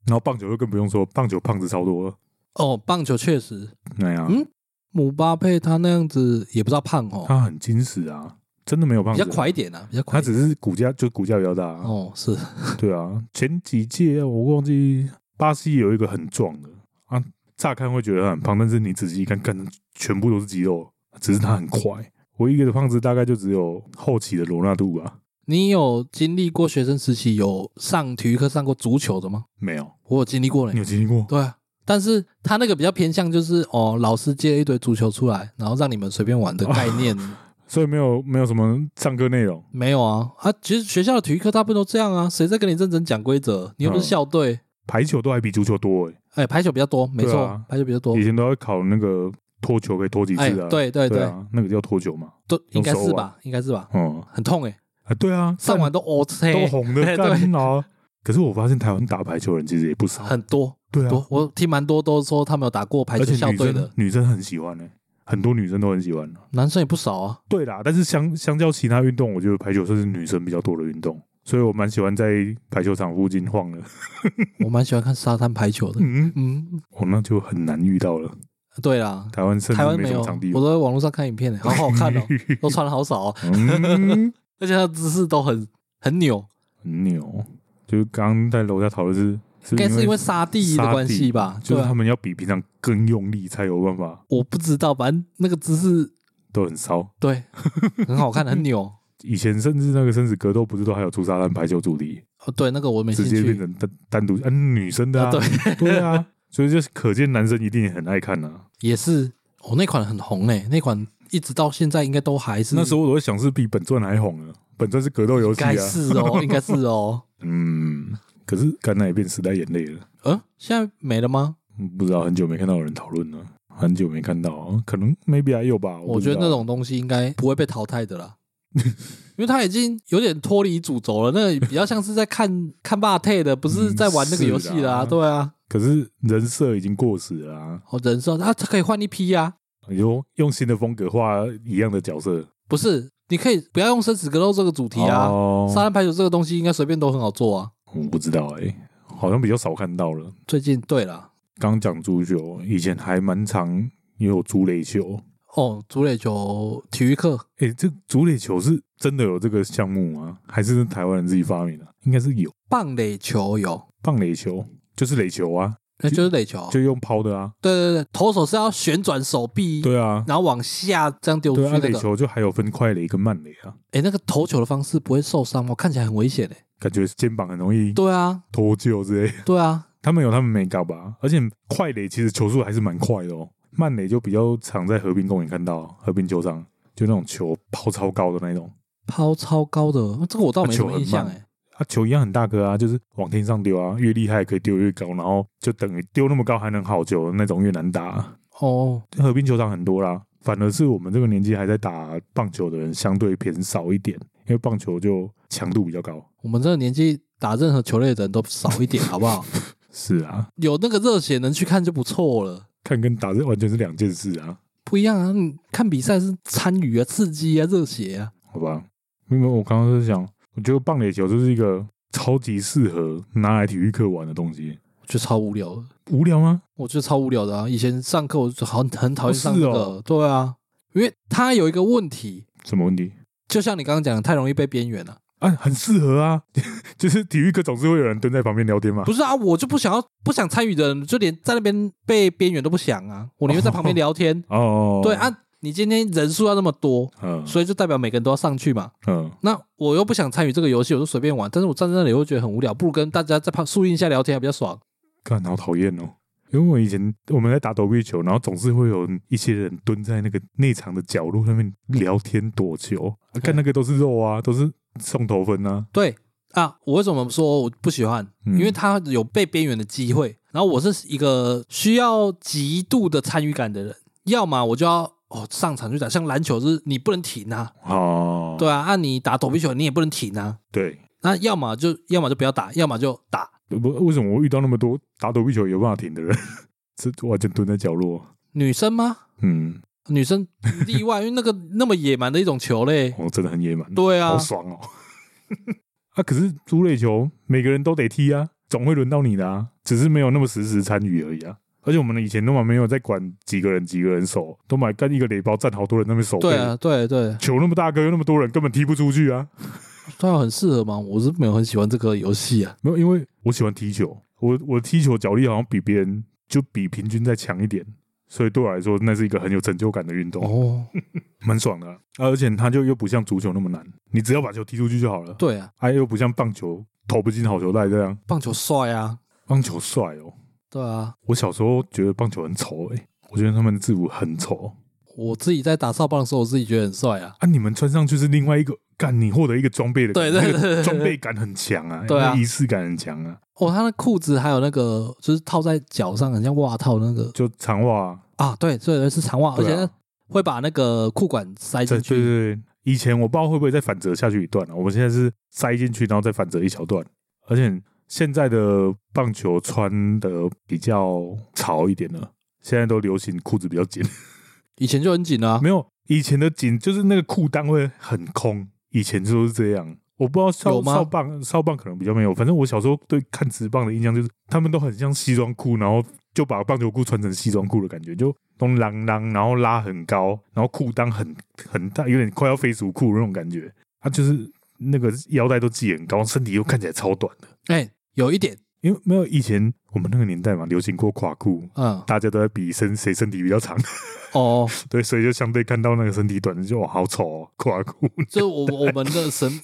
Speaker 2: 然后棒球就更不用说，棒球胖子超多了。
Speaker 1: 哦，棒球确实，
Speaker 2: 哎呀、
Speaker 1: 嗯姆巴佩他那样子也不知道胖哦，
Speaker 2: 他很金石啊，真的没有胖
Speaker 1: 比
Speaker 2: 子、
Speaker 1: 较快一点啊，比较快
Speaker 2: 他
Speaker 1: 一点。
Speaker 2: 只是骨架就骨架比较大、啊。
Speaker 1: 哦，是
Speaker 2: 对啊，前几届我忘记巴西有一个很壮的啊，乍看会觉得他很胖，但是你仔细一看，看全部都是肌肉，只是他很快。唯一的胖子大概就只有后期的罗纳度吧，
Speaker 1: 你有经历过学生时期有上体育课上过足球的吗？
Speaker 2: 没有。
Speaker 1: 我有经历过嘞
Speaker 2: 你，有经历过？
Speaker 1: 对啊，但是他那个比较偏向就是哦，老师接一堆足球出来，然后让你们随便玩的概念。
Speaker 2: 哦所以没有没有什么上课内容。
Speaker 1: 没有啊啊！其实学校的体育课大部分都这样啊，谁在跟你认真讲规则？你又不是
Speaker 2: 嗯
Speaker 1: 校队。
Speaker 2: 排球都还比足球多哎、
Speaker 1: 哎、排球比较多，没
Speaker 2: 对
Speaker 1: 错，
Speaker 2: 啊
Speaker 1: 排球比较多
Speaker 2: 以。前都要考那个脱球可以脱几次
Speaker 1: 哎、
Speaker 2: 啊？
Speaker 1: 对对对，
Speaker 2: 啊，那个叫脱球嘛。
Speaker 1: 都应该
Speaker 2: 用
Speaker 1: 是
Speaker 2: 手
Speaker 1: 吧
Speaker 2: 腕，
Speaker 1: 应该是吧，
Speaker 2: 嗯，
Speaker 1: 很痛哎、
Speaker 2: 啊对啊，
Speaker 1: 上完都 O
Speaker 2: 干
Speaker 1: C，
Speaker 2: 都红的
Speaker 1: 哎对
Speaker 2: 干啊。可是我发现台湾打排球的人其实也不少，
Speaker 1: 很多
Speaker 2: 对啊，
Speaker 1: 多，我听蛮多都说他们有打过排
Speaker 2: 而
Speaker 1: 球
Speaker 2: 且
Speaker 1: 校
Speaker 2: 女
Speaker 1: 队
Speaker 2: 生
Speaker 1: 的，
Speaker 2: 女生很喜欢呢、欸很多女生都很喜欢、
Speaker 1: 男生也不少啊。
Speaker 2: 对啦，但是相相较其他运动，我觉得排球算是女生比较多的运动，所以我蛮喜欢在排球场附近晃的。
Speaker 1: 我蛮喜欢看沙滩排球的，
Speaker 2: 嗯，
Speaker 1: 嗯，
Speaker 2: 哦，那就很难遇到了。
Speaker 1: 对啦，
Speaker 2: 台湾甚
Speaker 1: 台
Speaker 2: 至
Speaker 1: 湾
Speaker 2: 没
Speaker 1: 没
Speaker 2: 什
Speaker 1: 有，
Speaker 2: 么场地哦
Speaker 1: 我。都在网络上看影 片，好好看哦，都穿的好少哦，
Speaker 2: 嗯，
Speaker 1: 而且他的姿势都很很扭，
Speaker 2: 很牛。就是刚刚在楼下讨论是，是
Speaker 1: 应该是因为沙地的
Speaker 2: 沙
Speaker 1: 关
Speaker 2: 地
Speaker 1: 系吧？
Speaker 2: 就
Speaker 1: 对
Speaker 2: 是
Speaker 1: 啊
Speaker 2: 他们要比平常更用力才有办法，
Speaker 1: 我不知道，反正那个姿势
Speaker 2: 都很骚。
Speaker 1: 对，很好看，很扭。哦
Speaker 2: 以前甚至那个生死格斗不是都还有出沙滩排球主题，
Speaker 1: 哦，对，那个我没兴
Speaker 2: 直接变
Speaker 1: 趣。
Speaker 2: 成单单独嗯女生的
Speaker 1: 啊，
Speaker 2: 啊，
Speaker 1: 对，
Speaker 2: 对啊，所以就是可见男生一定也很爱看啊。
Speaker 1: 也是，哦，那款很红诶，那款一直到现在应该都还是。
Speaker 2: 那时
Speaker 1: 候
Speaker 2: 候我会想是比本传还红呢，本传是格斗游
Speaker 1: 应
Speaker 2: 戏啊
Speaker 1: 该，是哦，应该是 哦。
Speaker 2: 嗯，可是干那也变时代眼泪了，
Speaker 1: 嗯，现在没了吗？
Speaker 2: 嗯不知道很久没看到有人讨论了，很久没看到啊，可能 maybe 还有吧，
Speaker 1: 我
Speaker 2: 不
Speaker 1: 觉
Speaker 2: 知
Speaker 1: 得
Speaker 2: 道
Speaker 1: 那种东西应该不会被淘汰的啦， 因为它已经有点脱离主轴了，那比较像是在看看霸退的，不是在玩那个游戏啦、
Speaker 2: 嗯嗯是啦
Speaker 1: 对啊，
Speaker 2: 可是人设已经过时了啊，
Speaker 1: 哦，人设啊，它可以换一批啊，
Speaker 2: 你说用新的风格画一样的角色，
Speaker 1: 不是？你可以不要用生死格斗这个主题啊，
Speaker 2: 哦
Speaker 1: 沙滩排球这个东西应该随便都很好做啊。
Speaker 2: 我不知道哎、好像比较少看到了。
Speaker 1: 最近对啦，
Speaker 2: 刚讲足球，以前还蛮常也有足垒球，
Speaker 1: 哦，足垒球体育课
Speaker 2: 哎、这足垒球是真的有这个项目吗？还是台湾人自己发明的？应该是有
Speaker 1: 棒垒球有，
Speaker 2: 棒垒球，就是垒球啊，
Speaker 1: 那就是垒球。
Speaker 2: 就用抛的啊。
Speaker 1: 对对对，投手是要旋转手臂，
Speaker 2: 对啊，
Speaker 1: 然后往下这样丢出
Speaker 2: 对
Speaker 1: 去
Speaker 2: 啊，
Speaker 1: 那
Speaker 2: 垒
Speaker 1: 个。
Speaker 2: 球就还有分快垒跟慢垒啊，
Speaker 1: 哎，那个投球的方式不会受伤吗？看起来很危险诶。
Speaker 2: 感觉肩膀很容易
Speaker 1: 对啊，
Speaker 2: 脱臼之类。
Speaker 1: 对啊，
Speaker 2: 他们有他们没搞吧？而且快垒其实球速还是蛮快的哦，慢垒就比较常在和平公园看到，和平球场就那种球抛超高的那种。
Speaker 1: 抛超高的，这个我倒没什
Speaker 2: 球
Speaker 1: 么
Speaker 2: 很
Speaker 1: 印象
Speaker 2: 慢
Speaker 1: 哎。
Speaker 2: 啊，球一样很大颗啊，就是往天上丢啊，越厉害可以丢越高，然后就等于丢那么高还能好球的那种越难打、
Speaker 1: 哦，
Speaker 2: 河滨球场很多啦，反而是我们这个年纪还在打棒球的人相对偏少一点，因为棒球就强度比较高。
Speaker 1: 我们这个年纪打任何球类的人都少一点，好不好？
Speaker 2: 是啊，
Speaker 1: 有那个热血能去看就不错了，
Speaker 2: 看跟打这完全是两件事啊，
Speaker 1: 不一样啊！你看比赛是参与啊、刺激啊、热血啊。
Speaker 2: 好吧？因为我刚刚是想，我觉得棒垒球就是一个超级适合拿来体育课玩的东西，
Speaker 1: 我觉得超无聊的，
Speaker 2: 无聊吗？
Speaker 1: 我觉得超无聊的啊！以前上课我就好很讨厌上这
Speaker 2: 哦
Speaker 1: 个，
Speaker 2: 是哦
Speaker 1: 对啊，因为它有一个问题，
Speaker 2: 什么问题？
Speaker 1: 就像你刚刚讲的，太容易被边缘了。
Speaker 2: 啊，很适合啊， 就是体育课总是会有人蹲在旁边聊天嘛。
Speaker 1: 不是啊，我就不想要不想参与的人，就连在那边被边缘都不想啊，我宁愿在旁 边聊天。
Speaker 2: 哦，
Speaker 1: 对，啊，你今天人数要那么多，
Speaker 2: 嗯
Speaker 1: 所以就代表每个人都要上去嘛。
Speaker 2: 嗯，
Speaker 1: 那我又不想参与这个游戏，我就随便玩。但是我站在那里会觉得很无聊，不如跟大家在旁树荫下聊天还比较爽。
Speaker 2: 干好讨厌哦。因为我以前我们在打躲避球，然后总是会有一些人蹲在那个内场的角落那边聊天躲球，啊看那个都是肉啊，都是送头分啊。
Speaker 1: 对啊，我为什么说我不喜欢？
Speaker 2: 嗯
Speaker 1: 因为他有被边缘的机会。然后我是一个需要极度的参与感的人，要么我就要哦上场去打，像篮球是你不能停啊，
Speaker 2: 哦，
Speaker 1: 对啊，按、你打躲避球你也不能停啊。
Speaker 2: 对，
Speaker 1: 那要么就要么就不要打，要么就打。
Speaker 2: 不为什么我遇到那么多打躲避球有办法停的人，是完全蹲在角落。
Speaker 1: 女生吗？
Speaker 2: 嗯，
Speaker 1: 女生例外，因为那个那么野蛮的一种球类，
Speaker 2: 我、哦真的很野蛮，
Speaker 1: 对啊
Speaker 2: 好，爽哦。 啊，可是猪垒球每个人都得踢啊，总会轮到你的啊，只是没有那么实时参与而已啊。而且我们以前都嘛没有在管几个人几个人守，都买干一个垒包站好多人那边守备。
Speaker 1: 对啊，对对，
Speaker 2: 球那么大个，又那么多人，根本踢不出去啊！
Speaker 1: 对啊，很适合吗？我是没有很喜欢这个游戏啊。
Speaker 2: 没有，因为我喜欢踢球，我我踢球脚力好像比别人就比平均再强一点，所以对我来说那是一个很有成就感的运动，
Speaker 1: 哦，
Speaker 2: 蛮、爽的啊、啊而且它就又不像足球那么难，你只要把球踢出去就好了。
Speaker 1: 对啊，
Speaker 2: 啊，又不像棒球投不进好球带这样，
Speaker 1: 棒球帅啊，
Speaker 2: 棒球帅哦！
Speaker 1: 对啊，
Speaker 2: 我小时候觉得棒球很丑诶、我觉得他们的制服很丑
Speaker 1: 我自己在打扫棒的时候，我自己觉得很帅啊。
Speaker 2: 啊，你们穿上去是另外一个，干你获得一个装备的
Speaker 1: 对
Speaker 2: 感，
Speaker 1: 对
Speaker 2: 那个
Speaker 1: 对对
Speaker 2: 装备感很强啊，
Speaker 1: 对啊
Speaker 2: 那个仪式感很强啊，
Speaker 1: 哦，他的裤子还有那个就是套在脚上，很像袜套那个
Speaker 2: 就长袜啊、
Speaker 1: 啊，对，对对，是长袜，而
Speaker 2: 对啊
Speaker 1: 且那会把那个裤管塞进
Speaker 2: 对对
Speaker 1: 去。
Speaker 2: 对，以前我不知道会不会再反折下去一段啊，我们现在是塞进去，然后再反折一小段。而且现在的棒球穿的比较潮一点了，现在都流行裤子比较紧，
Speaker 1: 以前就很紧啊
Speaker 2: 没，有以前的紧，就是那个裤裆会很空，以前就是这样。我不知道
Speaker 1: 有
Speaker 2: 少
Speaker 1: 吗
Speaker 2: 少棒少棒可能比较没有，反正我小时候对看直棒的印象就是他们都很像西装裤，然后就把棒球裤穿成西装裤的感觉，就咚啷啷，然后拉很高，然后裤裆很很大，有点快要飞鼠裤那种感觉。他、就是那个腰带都系很高，身体又看起来超短的，
Speaker 1: 哎、有一点，
Speaker 2: 因为没有以前我们那个年代嘛，流行过垮裤。
Speaker 1: 嗯，
Speaker 2: 大家都在比身谁身体比较长，
Speaker 1: 哦，
Speaker 2: 对，所以就相对看到那个身体短的就哇好丑哦，垮裤。
Speaker 1: 就是我我们的审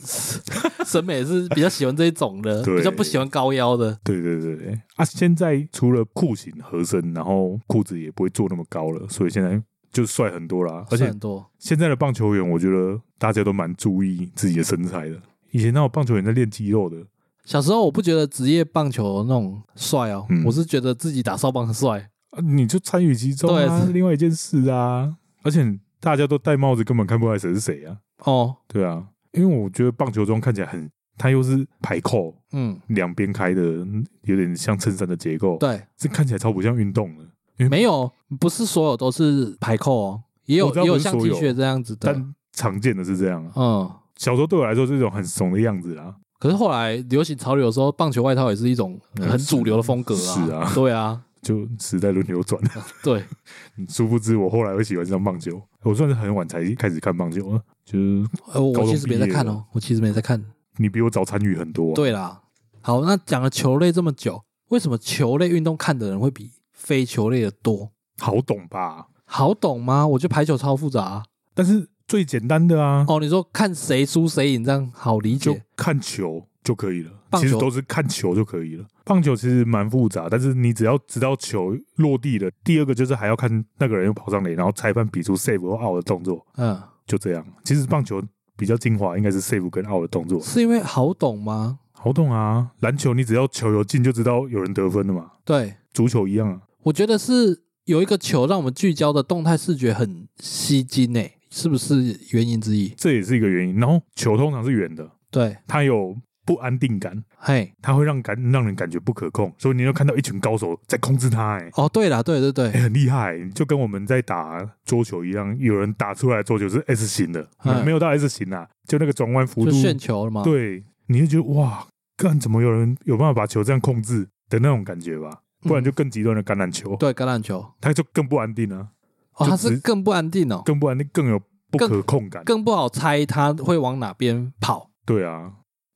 Speaker 1: 审美是比较喜欢这一种的，
Speaker 2: 对
Speaker 1: 比较不喜欢高腰的。
Speaker 2: 对对对对啊！现在除了裤型合身，然后裤子也不会做那么高了，所以现在就帅很多啦。而
Speaker 1: 算
Speaker 2: 且
Speaker 1: 很多，
Speaker 2: 现在的棒球员，我觉得大家都蛮注意自己的身材的。以前那种棒球员在练肌肉的，
Speaker 1: 小时候我不觉得职业棒球那种帅哦，
Speaker 2: 嗯
Speaker 1: 我是觉得自己打扫棒很帅。
Speaker 2: 啊你就参与其中啊，
Speaker 1: 对
Speaker 2: 另外一件事啊。而且大家都戴帽子，根本看不出来谁是谁啊。
Speaker 1: 哦，
Speaker 2: 对啊，因为我觉得棒球装看起来很，它又是排扣
Speaker 1: 嗯，
Speaker 2: 两边开的，有点像衬衫的结构，
Speaker 1: 对，
Speaker 2: 这看起来超不像运动的。
Speaker 1: 没有，不是所有都是排扣哦，也有
Speaker 2: 我知道
Speaker 1: 也有
Speaker 2: 不是
Speaker 1: 像
Speaker 2: 所
Speaker 1: T
Speaker 2: 有
Speaker 1: 恤这样子的，
Speaker 2: 但常见的是这样啊。
Speaker 1: 嗯。
Speaker 2: 小时候对我来说是一种很怂的样子啊啦。
Speaker 1: 可是后来流行潮流的时候，棒球外套也是一种
Speaker 2: 嗯
Speaker 1: 很主流的风格啊。
Speaker 2: 是啊
Speaker 1: 对啊，
Speaker 2: 就时代轮流转，
Speaker 1: 对，
Speaker 2: 殊不知我后来会喜欢上棒球。我算是很晚才开始看棒球啊，就是
Speaker 1: 呃，我
Speaker 2: 高中
Speaker 1: 其实没在
Speaker 2: 毕业
Speaker 1: 看
Speaker 2: 了
Speaker 1: 哦，我其实没在看。
Speaker 2: 你比我早参与很多、啊。，
Speaker 1: 对啦，好，那讲了球类这么久，为什么球类运动看的人会比非球类的多？
Speaker 2: 好懂吧？
Speaker 1: 好懂吗？我觉得排球超复杂、啊
Speaker 2: 但是最简单的啊，
Speaker 1: 哦。你说看谁输谁赢这样好理
Speaker 2: 就
Speaker 1: 解，
Speaker 2: 看球就可以了。
Speaker 1: 棒球
Speaker 2: 其实都是看球就可以了。棒球其实蛮复杂，但是你只要知道球落地了，第二个就是还要看那个人又跑上垒，然后裁判比出 save 或 out 的动作，
Speaker 1: 嗯，
Speaker 2: 就这样。其实棒球比较精华应该是 save 跟 out 的动作。
Speaker 1: 是因为好懂吗？
Speaker 2: 好懂啊！篮球你只要球有进就知道有人得分了嘛，
Speaker 1: 对，
Speaker 2: 足球一样啊。
Speaker 1: 我觉得是有一个球让我们聚焦的动态视觉很吸睛诶、是不是原因之一？
Speaker 2: 这也是一个原因。然后球通常是圆的，
Speaker 1: 对，
Speaker 2: 它有不安定感，
Speaker 1: 嘿，
Speaker 2: 它会让感让人感觉不可控，所以你就看到一群高手在控制它、欸，
Speaker 1: 哦，对啦，对对
Speaker 2: 哎、
Speaker 1: 对，
Speaker 2: 很厉害、就跟我们在打桌球一样，有人打出来的桌球是 S 型的，
Speaker 1: 嗯
Speaker 2: 没有到 S 型啊，就那个转弯幅
Speaker 1: 就
Speaker 2: 度，
Speaker 1: 炫球了嘛。，
Speaker 2: 对，你就觉得哇，干怎么有人有办法把球这样控制的那种感觉吧？不然就更极端的橄榄球，
Speaker 1: 嗯对橄榄球，
Speaker 2: 它就更不安定啊，
Speaker 1: 哦，它
Speaker 2: 就是直
Speaker 1: 更不安定哦，
Speaker 2: 更不安定，更有不可控感。
Speaker 1: 更不好猜它会往哪边跑。
Speaker 2: 对啊，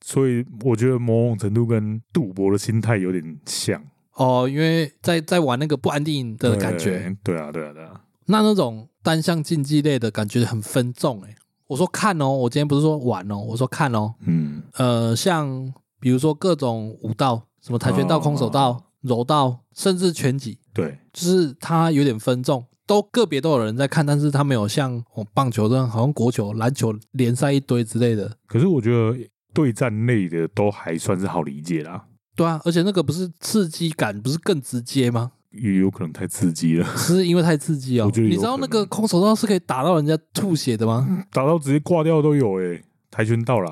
Speaker 2: 所以我觉得某种程度跟赌博的心态有点像
Speaker 1: 哦，因为在在玩那个不安定的感觉，。
Speaker 2: 对对啊，对啊，对啊，
Speaker 1: 那那种单项竞技类的感觉很分众诶、欸我说看哦，我今天不是说玩哦，我说看哦，
Speaker 2: 嗯，
Speaker 1: 呃，像比如说各种武道，什么跆拳道、
Speaker 2: 哦
Speaker 1: 空手道、柔道，甚至拳击，
Speaker 2: 对，
Speaker 1: 就是它有点分众，都个别都有人在看，但是它没有像哦棒球这样，好像国球、篮球联赛一堆之类的。
Speaker 2: 可是我觉得对战类的都还算是好理解啦，
Speaker 1: 对啊，而且那个不是刺激感，不是更直接吗？
Speaker 2: 也有可能太刺激了，
Speaker 1: 是因为太刺激哦。
Speaker 2: 我觉得有
Speaker 1: 你知道
Speaker 2: 可
Speaker 1: 那
Speaker 2: 能
Speaker 1: 个空手道是可以打到人家吐血的吗？
Speaker 2: 打到直接挂掉都有诶、跆拳道啦，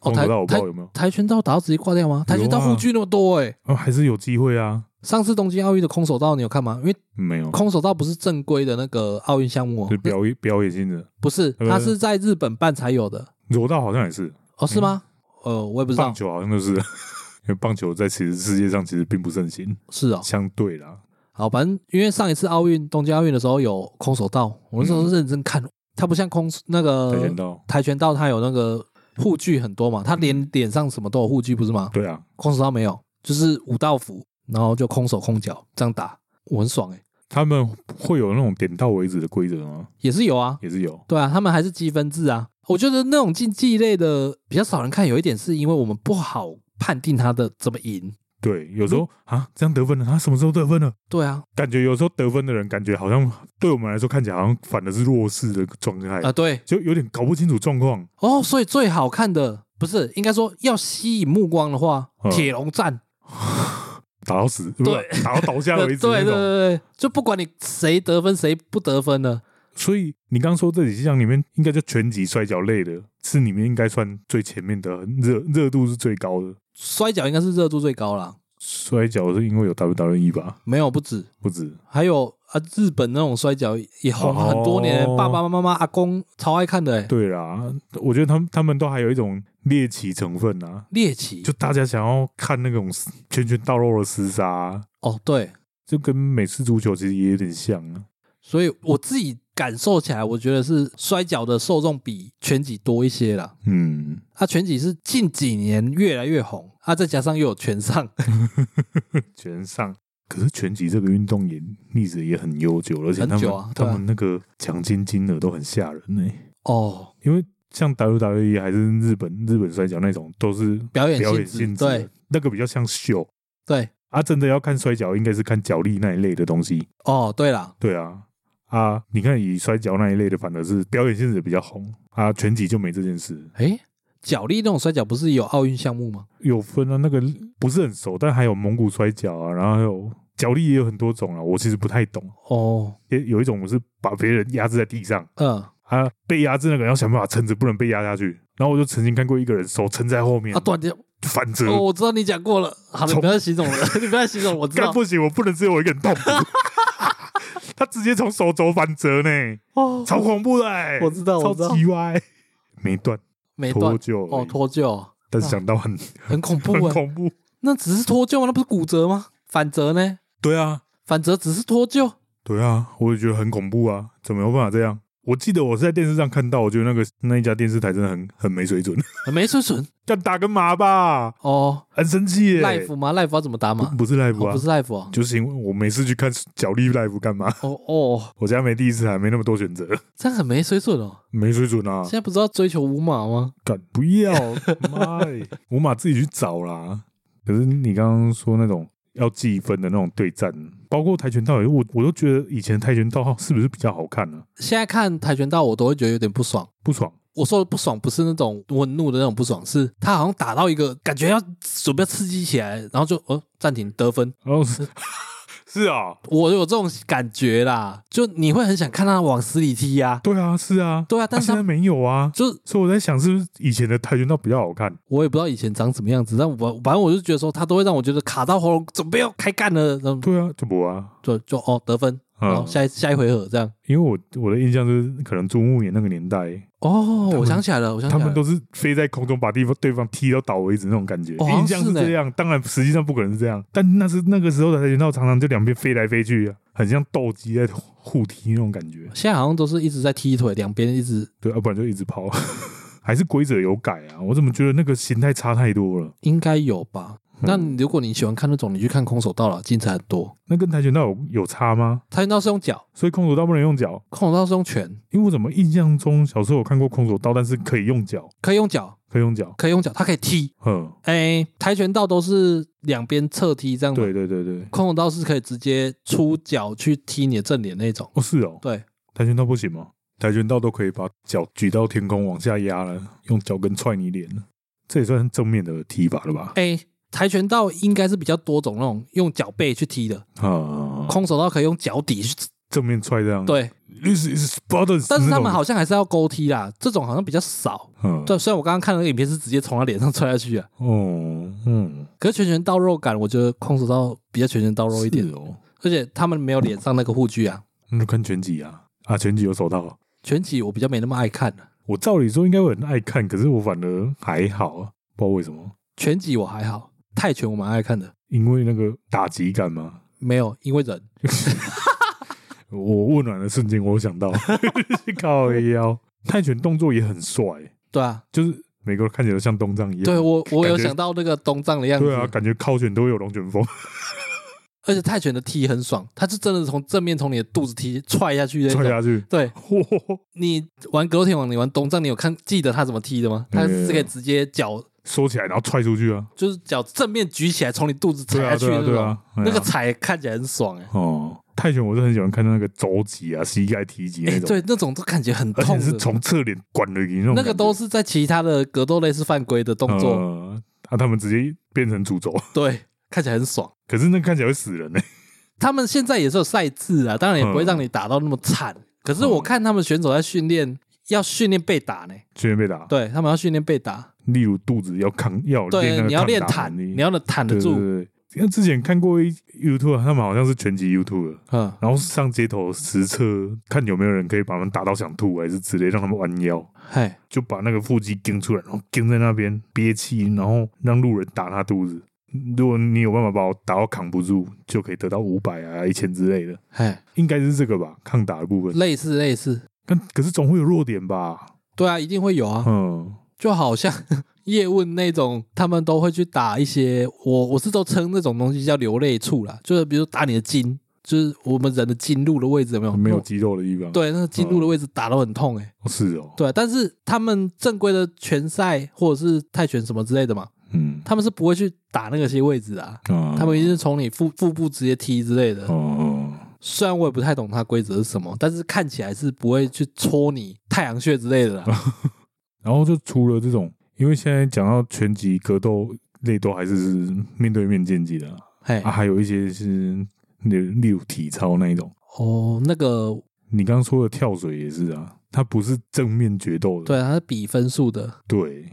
Speaker 1: 哦，
Speaker 2: 空手
Speaker 1: 跆
Speaker 2: 道我不知
Speaker 1: 跆
Speaker 2: 道有啊没有，
Speaker 1: 跆拳道打到直接挂掉吗？跆拳道护具那么多哎、
Speaker 2: 啊，还是有机会啊，
Speaker 1: 上次东京奥运的空手道你有看吗？因为
Speaker 2: 没有，
Speaker 1: 空手道不是正规的那个奥运项目、哦
Speaker 2: 就，表演表演性的，
Speaker 1: 不是，
Speaker 2: 呃
Speaker 1: 它是在日本办才有的
Speaker 2: 柔道好像也是，
Speaker 1: 哦，是吗？呃，我也不知
Speaker 2: 嗯棒
Speaker 1: 道，
Speaker 2: 球好像都是，因 为棒球在其实世界上其实并不盛行，
Speaker 1: 是哦，
Speaker 2: 相对啦，
Speaker 1: 好，反正因为上一次奥运东京奥运的时候有空手道，我那时候认真看，它不像空那
Speaker 2: 跆
Speaker 1: 个
Speaker 2: 拳道，
Speaker 1: 跆拳道，它有那个护具很多嘛，它
Speaker 2: 嗯
Speaker 1: 连脸上什么都有护具，不是吗？
Speaker 2: 对啊，
Speaker 1: 空手道没有，就是武道服，然后就空手空脚这样打，我很爽哎、
Speaker 2: 他们会有那种点到为止的规则吗？
Speaker 1: 也是有啊，
Speaker 2: 也是有，
Speaker 1: 对啊，他们还是积分制啊。我觉得那种竞技类的比较少人看，有一点是因为我们不好判定他的怎么赢。
Speaker 2: 对，有时候
Speaker 1: 嗯
Speaker 2: 啊，这样得分了，他、什么时候得分了？
Speaker 1: 对啊，
Speaker 2: 感觉有时候得分的人，感觉好像对我们来说看起来好像反的是弱势的状态，
Speaker 1: 啊、对
Speaker 2: 就有点搞不清楚状况。
Speaker 1: 哦，所以最好看的不是应该说要吸引目光的话，
Speaker 2: 嗯
Speaker 1: 铁笼战，
Speaker 2: 打到死，不是 打到倒下
Speaker 1: 对对
Speaker 2: 为止那
Speaker 1: 对对，
Speaker 2: 种。
Speaker 1: 对就不管你谁得分谁不得分了，
Speaker 2: 所以你刚刚说这几项里面，应该就拳击、摔跤类的，是里面应该算最前面的，热热度是最高的。
Speaker 1: 摔跤应该是热度最高啦。
Speaker 2: 摔跤是因为有 WWE 吧？
Speaker 1: 没有不止，
Speaker 2: 不止
Speaker 1: 还有啊，日本那种摔跤也红了很多年，
Speaker 2: 哦
Speaker 1: 爸爸妈妈、阿公超爱看的、欸。
Speaker 2: 对啦，我觉得他们他们都还有一种猎奇成分啊，
Speaker 1: 猎奇
Speaker 2: 就大家想要看那种拳拳到肉的厮杀啊，
Speaker 1: 哦，对，
Speaker 2: 就跟美式足球其实也有点像啊。
Speaker 1: 所以我自己感受起来，我觉得是摔跤的受众比拳击多一些啦。
Speaker 2: 嗯，
Speaker 1: 啊，拳击是近几年越来越红，啊，再加上又有拳上，
Speaker 2: 拳上。可是拳击这个运动也历史也很悠久，而且他
Speaker 1: 很
Speaker 2: 们、
Speaker 1: 久啊
Speaker 2: 他
Speaker 1: 对啊
Speaker 2: 们那个奖金金额都很吓人呢、
Speaker 1: 哦，
Speaker 2: 因为像 WWE 还是日本日本摔跤那种，都是
Speaker 1: 表演
Speaker 2: 表演
Speaker 1: 性质，
Speaker 2: 性质的，
Speaker 1: 对
Speaker 2: 那个比较像秀
Speaker 1: 对，
Speaker 2: 啊。真的要看摔跤，应该是看脚力那一类的东西。
Speaker 1: 哦，对啦，
Speaker 2: 对啊，啊，你看以摔跤那一类的，反而是表演性质比较红啊，拳击就没这件事。
Speaker 1: 诶，脚力那种摔跤不是有奥运项目吗？
Speaker 2: 有分啊，那个不是很熟，但还有蒙古摔跤啊，然后还有脚力也有很多种啊，我其实不太懂。
Speaker 1: 哦，
Speaker 2: 也有一种我是把别人压制在地上
Speaker 1: 嗯，
Speaker 2: 啊，被压制那个人要想办法撑着，不能被压下去。然后我就曾经看过一个人手撑在后面
Speaker 1: 啊，断掉，
Speaker 2: 反折，
Speaker 1: 哦，我知道你讲过了，好了，你
Speaker 2: 从
Speaker 1: 不要再形容 了，你不要再形容了，我知
Speaker 2: 干
Speaker 1: 道，
Speaker 2: 不行，我不能只有我一个人痛苦。 他直接从手肘反折呢，
Speaker 1: 哦，
Speaker 2: 超恐怖的、欸，
Speaker 1: 我知道我知道
Speaker 2: 超级歪，没断
Speaker 1: 没断
Speaker 2: 脱，臼而
Speaker 1: 哦，
Speaker 2: 已，
Speaker 1: 脱臼，
Speaker 2: 但是想到很、
Speaker 1: 很恐怖
Speaker 2: 很
Speaker 1: 啊，
Speaker 2: 恐怖。
Speaker 1: 那只是脱臼吗？那不是骨折吗？反折呢？
Speaker 2: 对啊，
Speaker 1: 反折只是脱臼，
Speaker 2: 对啊，我也觉得很恐怖啊，怎么有办法这样？我记得我是在电视上看到，我觉得那个那一家电视台真的很很没水准，
Speaker 1: 很没水准
Speaker 2: 干打个麻吧，
Speaker 1: 哦。
Speaker 2: 很生气耶、
Speaker 1: life 吗？life 要怎么打
Speaker 2: 不
Speaker 1: 码？
Speaker 2: 不是 live
Speaker 1: 哦，
Speaker 2: 啊，
Speaker 1: 不是 life 哦，
Speaker 2: 就是因为我每次去看脚力 live 干嘛？
Speaker 1: 哦哦，
Speaker 2: 我家没第一次还没那么多选择，
Speaker 1: 这样很没水准哦。
Speaker 2: 没水准啊
Speaker 1: 现！在不是要追求无码吗？
Speaker 2: 敢 不要，妈耶！我马自己去找啦。可是你刚刚说那种要计分的那种对战，包括跆拳道也，我我都觉得以前跆拳道哦是不是比较好看呢、
Speaker 1: 现在看跆拳道，我都会觉得有点不爽。
Speaker 2: 不爽，
Speaker 1: 我说的不爽不是那种我很怒的那种不爽，是他好像打到一个感觉要准备要刺激起来，然后就哦暂停得分，
Speaker 2: 然后是哦 是啊，
Speaker 1: 我有这种感觉啦，就你会很想看他往死里踢呀、
Speaker 2: 对啊，是啊，
Speaker 1: 对啊，但
Speaker 2: 但
Speaker 1: 是
Speaker 2: 现
Speaker 1: 他
Speaker 2: 在没有啊，
Speaker 1: 就
Speaker 2: 所以我在想，是不是以前的跆拳道比较好看？
Speaker 1: 我也不知道以前长什么样子，但我反正我就觉得说他都会让我觉得卡到喉咙，准备要开干了，然后
Speaker 2: 对啊，就不啊，
Speaker 1: 就就哦得分，然
Speaker 2: 嗯
Speaker 1: 后，下一下一回合这样。
Speaker 2: 因为我我的印象就是，可能朱木炎那个年代，
Speaker 1: 哦，
Speaker 2: 们
Speaker 1: 我想起来了，我想起
Speaker 2: 他
Speaker 1: 来了，
Speaker 2: 们都是飞在空中把地方对方踢到倒为止那种感觉，
Speaker 1: 哦好像
Speaker 2: 印象
Speaker 1: 是
Speaker 2: 是
Speaker 1: 呢
Speaker 2: 这样。当然，实际上不可能是这样，但那是那个时候的跆拳道常常就两边飞来飞去，啊很像斗鸡在互踢那种感觉。
Speaker 1: 现在好像都是一直在踢腿，两边一直
Speaker 2: 对，要、啊不然就一直跑。 还是规则有改啊？我怎么觉得那个形态差太多了？
Speaker 1: 应该有吧。那
Speaker 2: 嗯
Speaker 1: 如果你喜欢看那种，你去看空手道了，精彩很多。
Speaker 2: 那跟跆拳道有有差吗？
Speaker 1: 跆拳道是用脚，
Speaker 2: 所以空手道不能用脚，啊
Speaker 1: 空手道是用拳，
Speaker 2: 因为我怎么印象中小时候有看过空手道，但是可以用脚，
Speaker 1: 可以用脚，
Speaker 2: 可以用脚。
Speaker 1: 可以用脚，它可以踢。
Speaker 2: 嗯，
Speaker 1: 哎，跆拳道都是两边侧踢这样，
Speaker 2: 对，对对对，
Speaker 1: 空手道是可以直接出脚去踢你的正脸那种。
Speaker 2: 哦是哦，
Speaker 1: 对，
Speaker 2: 跆拳道不行吗？跆拳道都可以把脚举到天空往下压了，用脚跟踹你脸了，这也算正面的踢法了吧？
Speaker 1: 哎，跆拳道应该是比较多种那种用脚背去踢的，
Speaker 2: 啊，
Speaker 1: 空手道可以用脚底去。
Speaker 2: 正面踹这样。
Speaker 1: 对，
Speaker 2: ，this is Spartans
Speaker 1: 但是他
Speaker 2: 那
Speaker 1: 们
Speaker 2: 种，
Speaker 1: 好像还是要勾踢啦，这种好像比较少。
Speaker 2: 嗯，
Speaker 1: 对，虽然我刚刚看那个影片是直接从他脸上踹下去啊，
Speaker 2: 哦，嗯，
Speaker 1: 可是拳拳到肉感，我觉得空手道比较拳拳到肉一点
Speaker 2: 是，哦，
Speaker 1: 而且他们没有脸上那个护具啊。
Speaker 2: 那就看拳击啊，啊，拳击有手套，
Speaker 1: 拳击我比较没那么爱看啊
Speaker 2: 我照理说应该会很爱看，可是我反而还好啊，不知道为什么，
Speaker 1: 拳击我还好，泰拳我蛮爱看的，
Speaker 2: 因为那个打击感嘛。
Speaker 1: 没有因为人
Speaker 2: 我温暖的瞬间，我想到 靠腰，泰拳动作也很帅、
Speaker 1: 对啊，
Speaker 2: 就是每个人看起来都像东藏一样。
Speaker 1: 对我我有
Speaker 2: 感觉
Speaker 1: 想到那个东藏的样子，
Speaker 2: 对啊，感觉靠拳都会有龙卷风，
Speaker 1: 而且泰拳的踢很爽，他是真的从正面从你的肚子踢踹下去那
Speaker 2: 踹
Speaker 1: 种。
Speaker 2: 下去，
Speaker 1: 对
Speaker 2: 嚯，
Speaker 1: 你玩格斗天王，你玩东藏，你有看记得他怎么踢的吗？他是可以直接脚
Speaker 2: 收起来然后踹出去啊！
Speaker 1: 就是脚正面举起来，从你肚子踩
Speaker 2: 对
Speaker 1: 下
Speaker 2: 啊，
Speaker 1: 去
Speaker 2: 对
Speaker 1: 那
Speaker 2: 啊，
Speaker 1: 种，
Speaker 2: 对啊，哎呀
Speaker 1: 那个踩看起来很爽哎、
Speaker 2: 哦，泰拳我是很喜欢看到那个肘击啊、膝盖提击
Speaker 1: 哎、
Speaker 2: 那种，
Speaker 1: 对，那种都感觉很
Speaker 2: 而
Speaker 1: 痛
Speaker 2: 且是
Speaker 1: 的，
Speaker 2: 从侧脸管了你那种感觉，
Speaker 1: 那个都是在其他的格斗类是犯规的动作，
Speaker 2: 呃啊，他们直接变成主轴，
Speaker 1: 对，看起来很爽。
Speaker 2: 可是那看起来会死人呢。
Speaker 1: 他们现在也是有赛制啊，当然也不会
Speaker 2: 嗯
Speaker 1: 让你打到那么惨。可是我看他们选手在训练，要训练被打呢。
Speaker 2: 随便被打，
Speaker 1: 对他们要训练被打，
Speaker 2: 例如肚子要扛，要有练
Speaker 1: 对
Speaker 2: 那，个
Speaker 1: 你要练
Speaker 2: 抗打
Speaker 1: 坦，
Speaker 2: 能力
Speaker 1: 你要能坦得
Speaker 2: 对对
Speaker 1: 住。
Speaker 2: 对，对因为之前看过一 YouTube，他们好像是拳击 YouTube，
Speaker 1: 嗯，
Speaker 2: 然后上街头实测，看有没有人可以把他们打到想吐，还是之类，让他们弯腰，
Speaker 1: 嘿，
Speaker 2: 就把那个腹肌顶出来，然后顶在那边憋气，然后让路人打他肚子。如果你有办法把我打到扛不住，就可以得到五百啊、一千之类的，
Speaker 1: 嘿，
Speaker 2: 应该是这个吧，抗打的部分。
Speaker 1: 类似类似，
Speaker 2: 但可是总会有弱点吧？
Speaker 1: 对啊，一定会有啊，
Speaker 2: 嗯，
Speaker 1: 就好像 叶问那种，他们都会去打一些，我我是都称那种东西叫流泪处啦，就是比如打你的筋，就是我们人的筋路的位置有没有？
Speaker 2: 嗯没有嗯肌肉的地方。，
Speaker 1: 对，那个筋路的位置打到很痛哎、欸。
Speaker 2: 是哦，
Speaker 1: 对，但是他们正规的拳赛或者是泰拳什么之类的嘛，
Speaker 2: 嗯，
Speaker 1: 他们是不会去打那个些位置的啊，
Speaker 2: 啊
Speaker 1: 他们一定是从你腹腹部直接踢之类的。
Speaker 2: 哦，
Speaker 1: 虽然我也不太懂它规则是什么，但是看起来是不会去戳你太阳穴之类的
Speaker 2: 嗯
Speaker 1: 啦。
Speaker 2: 然后就除了这种，因为现在讲到拳击格斗类都还是面对面竞技的啊，
Speaker 1: 嘿
Speaker 2: 啊，，还有一些是例例如体操那一种。
Speaker 1: 哦，那个
Speaker 2: 你刚刚说的跳水也是啊，它不是正面决斗的，
Speaker 1: 对，它是比分数的。
Speaker 2: 对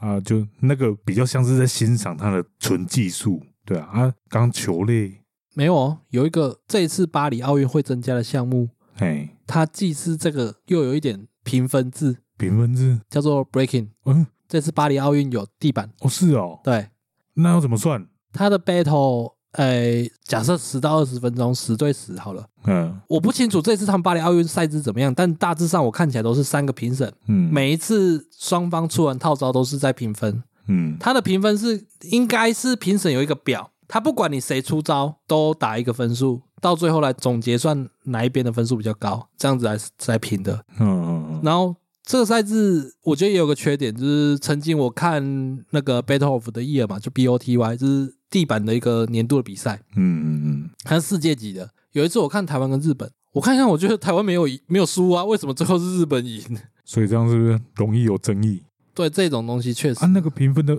Speaker 2: 啊，就那个比较像是在欣赏它的纯技术，对啊啊，刚球类，
Speaker 1: 没有哦，有一个这一次巴黎奥运会增加的项目，
Speaker 2: 哎，
Speaker 1: 它既是这个又有一点评分制，
Speaker 2: 评分制，
Speaker 1: 叫做 breaking。
Speaker 2: 嗯，
Speaker 1: 这次巴黎奥运有地板，
Speaker 2: 哦是哦，
Speaker 1: 对
Speaker 2: 那要怎么算？
Speaker 1: 它的 battle，呃，假设十到二十分钟，十对十好了。
Speaker 2: 嗯
Speaker 1: 我不清楚这次他们巴黎奥运赛制怎么样，但大致上我看起来都是三个评审，
Speaker 2: 嗯，
Speaker 1: 每一次双方出完套招都是在评分。
Speaker 2: 嗯
Speaker 1: 它的评分是应该是评审有一个表，他不管你谁出招都打一个分数，到最后来总结算哪一边的分数比较高，这样子来来评的。
Speaker 2: 嗯嗯嗯
Speaker 1: 然后这个赛制我觉得也有个缺点，就是曾经我看那个 Battle of the Year 嘛，就 BOTY，就是地板的一个年度的比赛，
Speaker 2: 嗯嗯
Speaker 1: 它是世界级的。有一次我看台湾跟日本，我看一看，我觉得台湾没有赢没有输啊，为什么最后是日本赢？
Speaker 2: 所以这样是不是容易有争议
Speaker 1: 对这种东西确实
Speaker 2: 啊？，那个评分的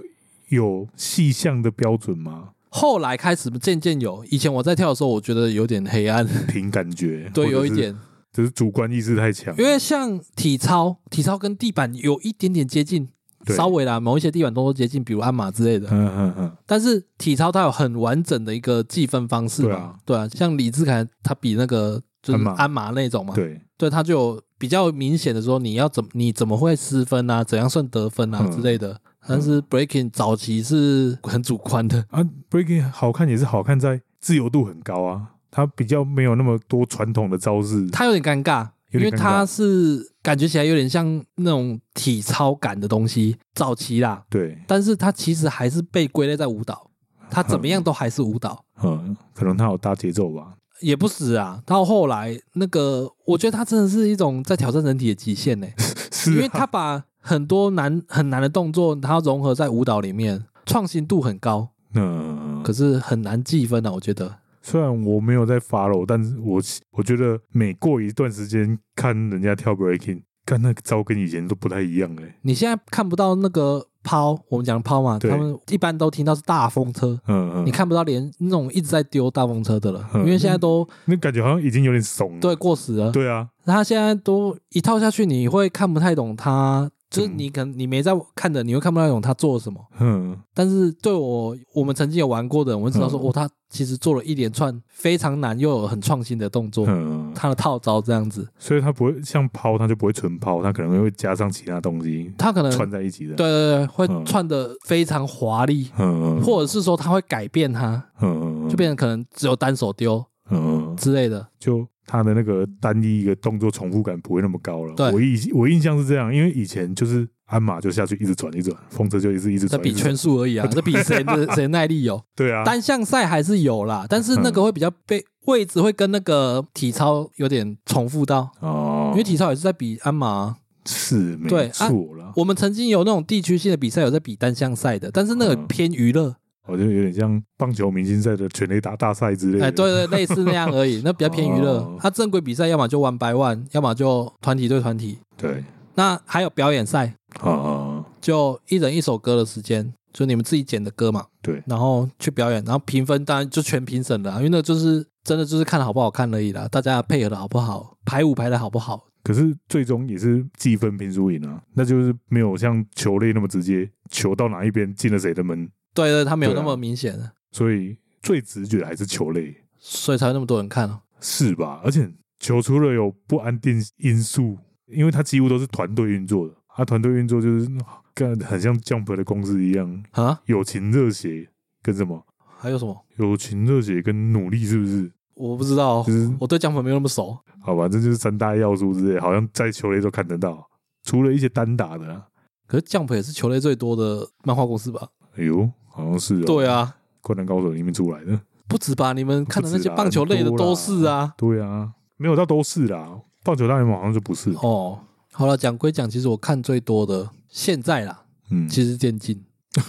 Speaker 2: 有细项的标准吗？
Speaker 1: 后来开始渐渐有。以前我在跳的时候，我觉得有点黑暗，
Speaker 2: 凭感觉，
Speaker 1: 对，
Speaker 2: 或者
Speaker 1: 有一
Speaker 2: 是，
Speaker 1: 点，
Speaker 2: 只是主观意识太强
Speaker 1: 因。为像体操，体操跟地板有一点点接近，
Speaker 2: 对
Speaker 1: 稍微啦，某一些地板动作接近，比如鞍马之类的。
Speaker 2: 嗯嗯嗯，
Speaker 1: 但是体操它有很完整的一个计分方式嘛，
Speaker 2: 对啊
Speaker 1: 像李志凯他比那个就是
Speaker 2: 鞍马
Speaker 1: 鞍马那种嘛，
Speaker 2: 嗯对，
Speaker 1: 对他就有比较明显的说你要怎么你怎么会失分啊，怎样算得分啊
Speaker 2: 嗯
Speaker 1: 之类的。但是 breaking 早期是很主观的，
Speaker 2: 啊，breaking 好看也是好看在自由度很高啊，它比较没有那么多传统的招式。
Speaker 1: 他有点尴尬，
Speaker 2: 有
Speaker 1: 因为
Speaker 2: 点尴尬
Speaker 1: 他是感觉起来有点像那种体操感的东西，早期啦，
Speaker 2: 对，
Speaker 1: 但是它其实还是被归类在舞 蹈，它怎么样都还是舞蹈，
Speaker 2: 嗯，可能它有搭节奏吧。
Speaker 1: 也不死啊。到后来那个，我觉得它真的是一种在挑战人体的极限呢、
Speaker 2: 是啊，
Speaker 1: 因为它把很多难很难的动作，它融合在舞蹈里面，创新度很高，
Speaker 2: 嗯，
Speaker 1: 可是很难计分啊。我觉得
Speaker 2: 虽然我没有在 follow，但是我我觉得每过一段时间看人家跳 breaking，看那个招跟以前都不太一样哎、
Speaker 1: 你现在看不到那个抛，我们讲抛嘛，
Speaker 2: 对
Speaker 1: 他们一般都听到是大风车。
Speaker 2: 嗯嗯，
Speaker 1: 你看不到连那种一直在丢大风车的了，因
Speaker 2: 嗯
Speaker 1: 为现在都
Speaker 2: 那感觉好像已经有点怂了。
Speaker 1: 对过时了。
Speaker 2: 对啊，
Speaker 1: 他现在都一套下去，你会看不太懂他，就是你可能你没在看的，你会看不太懂他做了什么。
Speaker 2: 嗯，
Speaker 1: 但是对我，我们曾经有玩过的人，我们知道说，
Speaker 2: 嗯
Speaker 1: 哦，他其实做了一连串非常难又有很创新的动作，
Speaker 2: 嗯，
Speaker 1: 他的套招这样子，
Speaker 2: 所以它不会像抛，它就不会纯抛，它可能会加上其他东西
Speaker 1: 他可能
Speaker 2: 串在一起
Speaker 1: 嗯
Speaker 2: 的。
Speaker 1: 对，对对，会
Speaker 2: 嗯
Speaker 1: 串的非常华丽，
Speaker 2: 嗯，嗯
Speaker 1: 或者是说他会改变他，
Speaker 2: 嗯嗯，
Speaker 1: 就变成可能只有单手丢
Speaker 2: 嗯，嗯
Speaker 1: 之类的。
Speaker 2: 就它的那个单一一个动作重复感不会那么高了。
Speaker 1: 对
Speaker 2: 我印我印象是这样，因为以前就是鞍马就下去一直转一直转，风车就一直一直
Speaker 1: 这
Speaker 2: 转，
Speaker 1: 比
Speaker 2: 一直转
Speaker 1: 圈数而 已啊，这比谁的谁耐力有。
Speaker 2: 对啊，嗯
Speaker 1: 单项赛还是有啦，但是那个会比较被位置会跟那个体操有点重复到，
Speaker 2: 哦
Speaker 1: 因，为体操也是在比鞍马啊。
Speaker 2: 是没
Speaker 1: 对啊
Speaker 2: 错啦，
Speaker 1: 我们曾经有那种地区性的比赛有在比单项赛的，但是那个
Speaker 2: 嗯
Speaker 1: 偏娱乐，
Speaker 2: 我觉得有点像棒球明星赛的全垒打大赛之类的。
Speaker 1: 哎，对对，类似那样而 已，那比较偏娱乐
Speaker 2: 哦。
Speaker 1: 它正规比赛要么就 one by one，要么就团体对团体。
Speaker 2: 对，
Speaker 1: 那还有表演赛，
Speaker 2: 啊，
Speaker 1: 就一人一首歌的时间，就你们自己剪的歌嘛，
Speaker 2: 对，
Speaker 1: 然后去表演，然后评分当然就全评审了啊、因为那就是真的就是看好不好看而已啦，大家配合的好不好，排舞排的好不好，
Speaker 2: 可是最终也是计分拼输赢啊，那就是没有像球类那么直接，球到哪一边进了谁的门，
Speaker 1: 对对，他没有
Speaker 2: 对
Speaker 1: 那
Speaker 2: 啊
Speaker 1: 么明显。
Speaker 2: 所以最直觉的还是球类，
Speaker 1: 所以才有那么多人看哦。
Speaker 2: 是吧？而且球除了有不安定因素，因为它几乎都是团队运作的，它团队运作就是干很像 Jump 的公司一样，
Speaker 1: 啊，
Speaker 2: 友情热血跟什么？
Speaker 1: 还有什么？
Speaker 2: 友情热血跟努力是不是？
Speaker 1: 我不知道哦，
Speaker 2: 就是
Speaker 1: 我对江粉没有那么熟。
Speaker 2: 好，反正就是三大要素之类，好像在球类都看得到，除了一些单打的、啊。
Speaker 1: 可是 Jump 也是球类最多的漫画公司吧？
Speaker 2: 哎呦，好像是、哦，
Speaker 1: 对
Speaker 2: 啊，
Speaker 1: 啊，
Speaker 2: 灌篮高手里面出来的，
Speaker 1: 不止吧？你们看的那些
Speaker 2: 不止啦
Speaker 1: 棒球类的都是啊。
Speaker 2: 对啊，没有到都是啦，棒球大联盟好像就不是，
Speaker 1: 哦，好了，讲归讲，其实我看最多的现在啦，
Speaker 2: 嗯，
Speaker 1: 其实是电竞，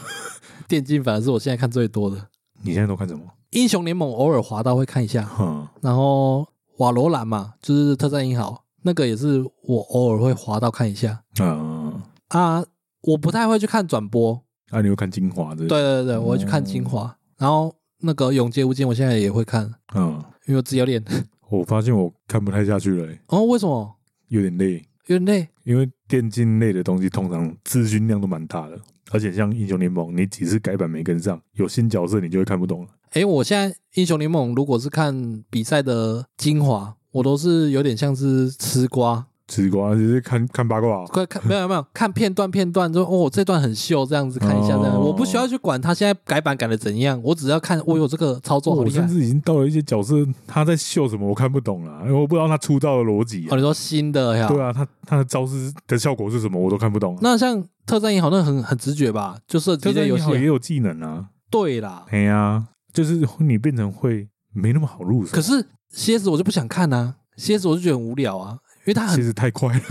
Speaker 1: 电竞反而是我现在看最多的。
Speaker 2: 你现在都看什么？
Speaker 1: 英雄联盟偶尔滑到会看一下，
Speaker 2: 哼，
Speaker 1: 然后瓦罗兰嘛，就是特战英豪，那个也是我偶尔会滑到看一下
Speaker 2: 嗯，
Speaker 1: 啊。我不太会去看转播，
Speaker 2: 那、啊你又看精华的？
Speaker 1: 对，对对，我会去
Speaker 2: 哦
Speaker 1: 看精华，然后那个《永劫无间》我现在也会看，
Speaker 2: 嗯，
Speaker 1: 因为我自己要练。
Speaker 2: 我发现我看不太下去了、欸
Speaker 1: 哦，为什么？
Speaker 2: 有点累，
Speaker 1: 有点累
Speaker 2: 因为电竞类的东西通常资讯量都蛮大的，而且像英雄联盟，你几次改版没跟上，有新角色你就会看不懂了。
Speaker 1: 诶，我现在英雄联盟如果是看比赛的精华，我都是有点像是吃瓜，
Speaker 2: 吃瓜就是看看八卦、
Speaker 1: 快看没有没有看片段片段，说哦这段很秀，这样子看一下这样子，
Speaker 2: 哦
Speaker 1: 我不需要去管他现在改版改的怎样，我只要看我有这个操作好
Speaker 2: 我
Speaker 1: 厉害
Speaker 2: 哦甚。至已经到了一些角色他在秀什么，我看不懂了，因为我不知道他出道的逻辑、
Speaker 1: 哦，
Speaker 2: 啊。
Speaker 1: 你说新的呀？
Speaker 2: 对啊，他他的招式的效果是什么，我都看不懂、啊。
Speaker 1: 那像特战银行那很很直觉吧，就射击
Speaker 2: 这
Speaker 1: 类游
Speaker 2: 也
Speaker 1: 戏
Speaker 2: 好
Speaker 1: 啊
Speaker 2: 也。有技能啊，
Speaker 1: 对啦，
Speaker 2: 哎呀、就是你变成会没那么好入手。
Speaker 1: 可是蝎子我就不想看啊，蝎子我就觉得很无聊啊，因为它
Speaker 2: 其
Speaker 1: 很
Speaker 2: 实太 快了，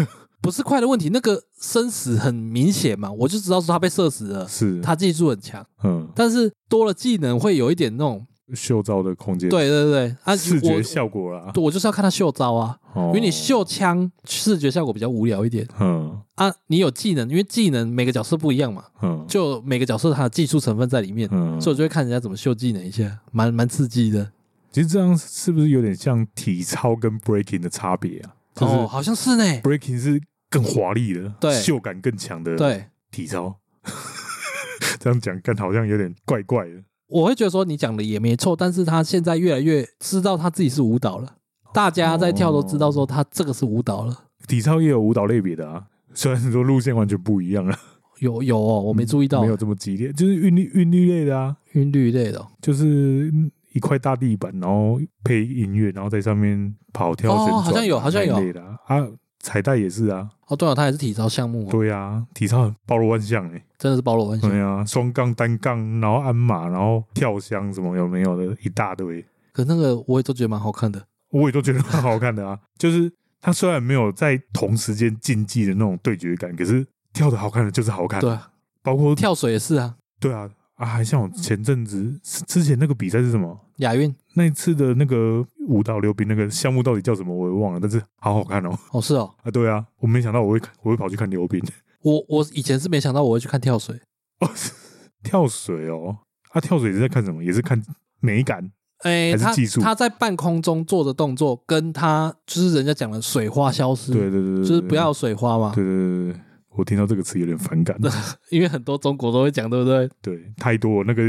Speaker 1: 不是快的问题，那个生死很明显嘛，我就知道说他被射死了，
Speaker 2: 是
Speaker 1: 他技术很强，
Speaker 2: 嗯，
Speaker 1: 但是多了技能会有一点那种，
Speaker 2: 秀招的空间，，
Speaker 1: 对对对，啊，
Speaker 2: 视觉
Speaker 1: 我
Speaker 2: 效果啦，
Speaker 1: 对我就是要看他秀招啊，
Speaker 2: 哦
Speaker 1: 因为你秀枪视觉效果比较无聊一点
Speaker 2: 嗯
Speaker 1: 啊。你有技能，因为技能每个角色不一样嘛，
Speaker 2: 嗯，
Speaker 1: 就每个角色它的技术成分在里面，
Speaker 2: 嗯，
Speaker 1: 所以我就会看人家怎么秀技能一下，蛮蛮刺激的。
Speaker 2: 其实这样是不是有点像体操跟 breaking 的差别啊？就是
Speaker 1: 哦，好像是呢，
Speaker 2: breaking 是更华丽的，
Speaker 1: 对
Speaker 2: 秀感更强的，，
Speaker 1: 对。
Speaker 2: 体操。 这样讲，但好像有点怪怪的。
Speaker 1: 我会觉得说你讲的也没错，但是他现在越来越知道他自己是舞蹈了，大家在跳都知
Speaker 2: 哦
Speaker 1: 道说他这个是舞蹈了。
Speaker 2: 体操也有舞蹈类别的啊，虽然说路线完全不一样啊，
Speaker 1: 有有哦，我没注意到
Speaker 2: 嗯没有这么激烈，就是韵律韵律类的啊，
Speaker 1: 韵律类的哦
Speaker 2: 就是一块大地板，然后配音乐，然后在上面跑跳旋转、
Speaker 1: 哦好像有好像有
Speaker 2: 那一类的啊啊彩带也是啊，
Speaker 1: 哦，对了，他也是体操项目哦，
Speaker 2: 对啊，体操包罗万象哎、
Speaker 1: 真的是包罗万象。
Speaker 2: 对啊，双杠、单杠，然后鞍马，然后跳箱什么有没有的，一大堆，
Speaker 1: 可那个我也都觉得蛮好看的。
Speaker 2: 我也都觉得蛮好看的啊。就是它虽然没有在同时间竞技的那种对决感，可是跳的好看的就是好看，
Speaker 1: 对，啊，
Speaker 2: 包括
Speaker 1: 跳水也是啊，
Speaker 2: 对啊啊，还像我前阵子是之前那个比赛是什么？
Speaker 1: 亚运
Speaker 2: 那一次的那个舞蹈溜冰那个项目到底叫什么我也忘了，但是好好看哦
Speaker 1: 哦是哦，
Speaker 2: 啊！对啊，我没想到我会看我会跑去看溜冰
Speaker 1: 我我以前是没想到我会去看跳水，
Speaker 2: 哦，是跳水哦，啊，跳水是在看什么？也是看美感
Speaker 1: 哎、
Speaker 2: 还是
Speaker 1: 他
Speaker 2: 技术
Speaker 1: 他在半空中做的动作，跟他就是人家讲的水花消失，
Speaker 2: 对对对对，
Speaker 1: 就是不要有水花嘛，
Speaker 2: 对对对对对，我听到这个词有点反感。
Speaker 1: 因为很多中国都会讲，对不对？
Speaker 2: 对，太多那个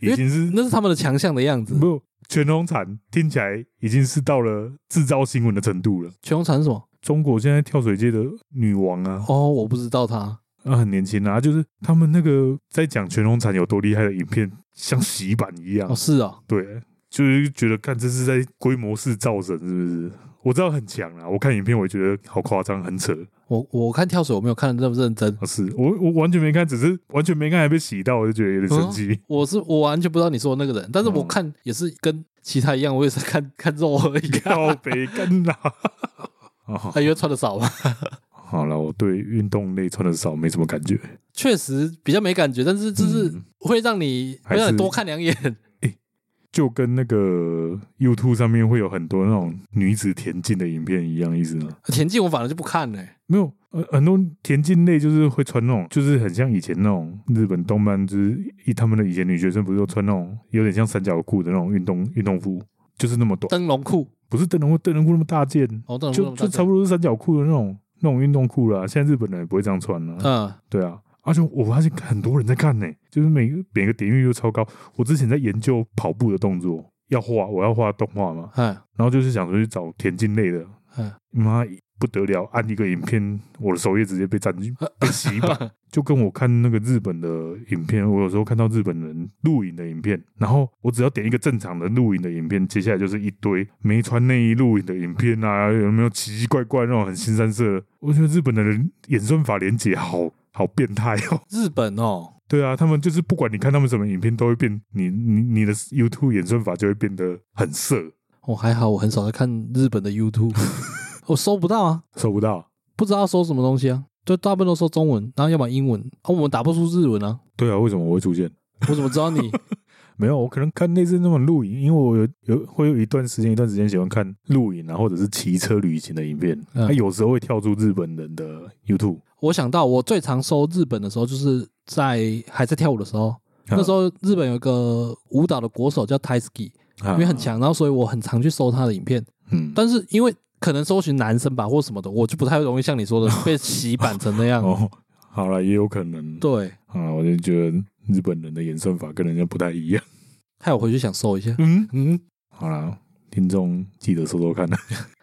Speaker 2: 已经是
Speaker 1: 那是他们的强项的样子。
Speaker 2: 没有全农产，听起来已经是到了制造新闻的程度了。
Speaker 1: 全红婵是什么？
Speaker 2: 中国现在跳水界的女王啊，
Speaker 1: 哦，我不知道他。
Speaker 2: 啊很年轻啊，就是他们那个在讲全农产有多厉害的影片，像洗版一样
Speaker 1: 哦，。是哦，
Speaker 2: 对，就是觉得看这是在规模式造神，是不是？我知道很强啊，我看影片我也觉得好夸张，很扯。
Speaker 1: 我我看跳水我没有看的那么认真，
Speaker 2: 啊、是我我完全没看，只是完全没看还被洗到，我就觉得有点生 气。
Speaker 1: 我是我完全不知道你说的那个人，但是我
Speaker 2: 嗯
Speaker 1: 看也是跟其他一样，我也是 看看肉而已。
Speaker 2: 告别干啦。哦，
Speaker 1: 他因为穿的少嘛，
Speaker 2: 好了，我对运动类穿的少没什么感觉。
Speaker 1: 确实比较没感觉，但是就是
Speaker 2: 嗯
Speaker 1: 会让你
Speaker 2: 还
Speaker 1: 会
Speaker 2: 是
Speaker 1: 让你多看两眼。
Speaker 2: 就跟那个 YouTube 上面会有很多那种女子田径的影片一样，意思呢？
Speaker 1: 田径我反而就不看嘞、
Speaker 2: 没有，呃，很多田径类就是会穿那种，就是很像以前那种日本动漫，就是一他们的以前女学生不是都穿那种有点像三角裤的那种运动运动服，就是那么短，
Speaker 1: 灯笼裤
Speaker 2: 不是灯笼裤，灯笼裤那么大件，
Speaker 1: 哦，灯笼裤那
Speaker 2: 就
Speaker 1: 么
Speaker 2: 就
Speaker 1: 大
Speaker 2: 差不多是三角裤的那种那种运动裤啦。现在日本人也不会这样穿了、
Speaker 1: 嗯，
Speaker 2: 对啊，而且我发现很多人在看呢、就是每个每个点阅率都超高。我之前在研究跑步的动作，要画，我要画动画嘛，
Speaker 1: 嗯
Speaker 2: 然后就是想说去找田径类的，
Speaker 1: 嗯，
Speaker 2: 妈不得了，按一个影片，我的首页直接被占据被洗版，就跟我看那个日本的影片，我有时候看到日本人录影的影片，然后我只要点一个正常的录影的影片，接下来就是一堆没穿内衣录影的影片啊，有没有奇奇怪怪那种很新三色的？我觉得日本的人演算法连结好好变态哦。
Speaker 1: 日本哦，
Speaker 2: 对啊，他们就是不管你看他们什么影片，都会变你你你的 YouTube 演算法就会变得很色，
Speaker 1: 我哦还好，我很少在看日本的 YouTube，我搜不到啊，
Speaker 2: 收不到。
Speaker 1: 不知道搜什么东西啊，就大部分都搜中文，然后要么英文，啊，我们打不出日文啊，
Speaker 2: 对啊，为什么我会出现？
Speaker 1: 我怎么知道你？
Speaker 2: 没有，我可能看类似那种露营，因为我有有会有一段时间一段时间喜欢看露营啊，或者是骑车旅行的影片，
Speaker 1: 嗯
Speaker 2: 它、有时候会跳出日本人的 YouTube，
Speaker 1: 我想到我最常搜日本的时候，就是在还在跳舞的时候。
Speaker 2: 嗯
Speaker 1: 那时候日本有一个舞蹈的国手叫 Taisky，
Speaker 2: 候
Speaker 1: 因为很，强，然后所以我很常去搜他的影片。
Speaker 2: 啊嗯，
Speaker 1: 但是因为可能搜寻男生吧或什么的，我就不太容易像你说的被洗版成那样。
Speaker 2: 哦，好了，也有可能，
Speaker 1: 对，
Speaker 2: 啊，我就觉得日本人的演算法跟人家不太一样，
Speaker 1: 害我回去想搜一下。
Speaker 2: 嗯，
Speaker 1: 嗯，
Speaker 2: 好啦，听众记得搜搜看，啊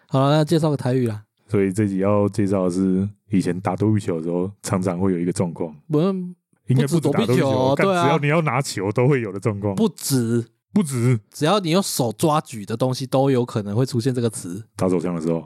Speaker 1: 好了，那介绍个台语啦。
Speaker 2: 所以这集要介绍的是以前打躲避球的时候，常常会有一个状况。
Speaker 1: 我们
Speaker 2: 应该
Speaker 1: 不止
Speaker 2: 不止
Speaker 1: 躲避
Speaker 2: 打躲避
Speaker 1: 球
Speaker 2: 球，干
Speaker 1: 对啊
Speaker 2: 只要你要拿球都会有的状况，
Speaker 1: 不止，
Speaker 2: 不止
Speaker 1: 只要你用手抓举的东西，都有可能会出现这个词。
Speaker 2: 打手枪的时候，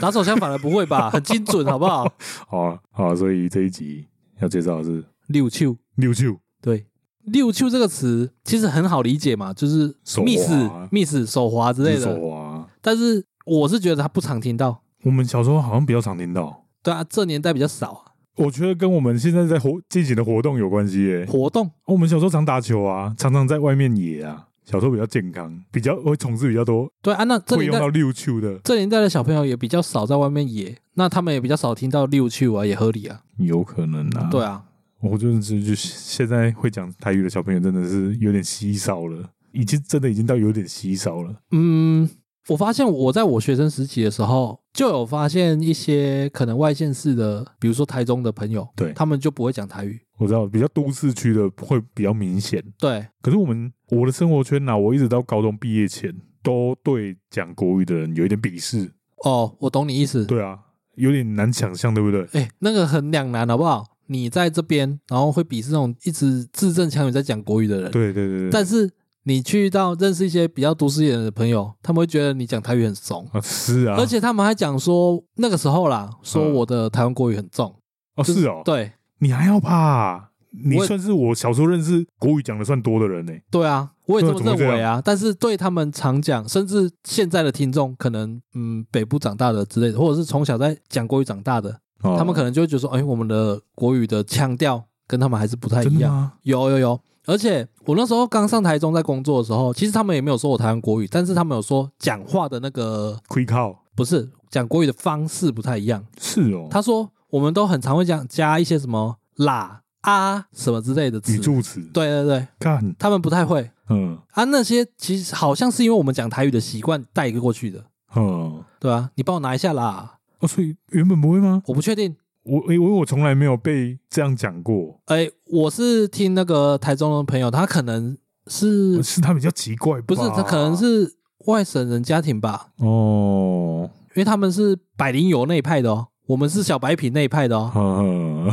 Speaker 1: 打手枪反而不会吧，很精准，好不好？
Speaker 2: 好啊，好啊所以这一集要介绍的是
Speaker 1: 六球，
Speaker 2: 六球
Speaker 1: 对，六球这个词其实很好理解嘛，就是
Speaker 2: 手滑啊
Speaker 1: miss miss 手滑之类的。
Speaker 2: 手啊滑。
Speaker 1: 但是我是觉得他不常听到，
Speaker 2: 我们小时候好像比较常听到，
Speaker 1: 对啊，这年代比较少啊。
Speaker 2: 我觉得跟我们现在在活进行的活动有关系耶、
Speaker 1: 活动
Speaker 2: 我们小时候常打球啊，常常在外面野啊。小时候比较健康，比较会从事比较多，
Speaker 1: 对啊，那这
Speaker 2: 会
Speaker 1: 年
Speaker 2: 用
Speaker 1: 代
Speaker 2: 到六球的，
Speaker 1: 这年代的小朋友也比较少在外面野，那他们也比较少听到六趣啊，也合理啊。
Speaker 2: 有可能啊。
Speaker 1: 对，啊，
Speaker 2: 我真的是就现在会讲台语的小朋友真的是有点稀少了，已经真的已经到有点稀少了。
Speaker 1: 嗯，我发现我在我学生时期的时候，就有发现一些可能外县市的，比如说台中的朋友，
Speaker 2: 对
Speaker 1: 他们就不会讲台语。
Speaker 2: 我知道比较都市区的会比较明显，
Speaker 1: 对，
Speaker 2: 可是我们我的生活圈呐、我一直到高中毕业前，都对讲国语的人有一点鄙视。
Speaker 1: 哦，我懂你意思。
Speaker 2: 对啊，有点难想象，对不对？
Speaker 1: 哎，那个很两难，好不好？你在这边，然后会鄙视那种一直字正腔圆在讲国语的人，
Speaker 2: 对对对对。
Speaker 1: 但是你去到认识一些比较都市一点的朋友，他们会觉得你讲台语很怂。
Speaker 2: 啊，是啊，
Speaker 1: 而且他们还讲说，那个时候啦，说我的台湾国语很重，
Speaker 2: 哦
Speaker 1: 就是
Speaker 2: 哦，
Speaker 1: 对啊
Speaker 2: 你还要怕？你
Speaker 1: 我
Speaker 2: 算是我小时候认识国语讲的算多的人呢、
Speaker 1: 对啊，我也这
Speaker 2: 对怎么
Speaker 1: 么
Speaker 2: 会
Speaker 1: 认为
Speaker 2: 这
Speaker 1: 啊。但是对他们常讲，甚至现在的听众，可能嗯北部长大的之类的，或者是从小在讲国语长大的，
Speaker 2: 哦
Speaker 1: 他们可能就会觉得说，哎，我们的国语的腔调跟他们还是不太一
Speaker 2: 真的
Speaker 1: 样。
Speaker 2: 吗？
Speaker 1: 有有有，而且我那时候刚上台中在工作的时候，其实他们也没有说我台湾国语，但是他们有说讲话的那个
Speaker 2: 亏靠
Speaker 1: 不是讲国语的方式不太一样。
Speaker 2: 是哦，
Speaker 1: 他说我们都很常会讲加一些什么啦啊什么之类的词
Speaker 2: 语，助词
Speaker 1: 对对对，
Speaker 2: 干，
Speaker 1: 他们不太会
Speaker 2: 嗯
Speaker 1: 啊。那些其实好像是因为我们讲台语的习惯带过去的，
Speaker 2: 嗯，
Speaker 1: 对吧、你帮我拿一下啦，
Speaker 2: 哦，所以原本不会吗？
Speaker 1: 我不确定。
Speaker 2: 我因为我从来没有被这样讲过，
Speaker 1: 哎，我是听那个台中的朋友，他可能是
Speaker 2: 是他比较奇怪吧，
Speaker 1: 不是他可能是外省人家庭吧，
Speaker 2: 哦，
Speaker 1: 因为他们是百灵油那一派的哦，我们是小白品那一派的哦。
Speaker 2: 嗯，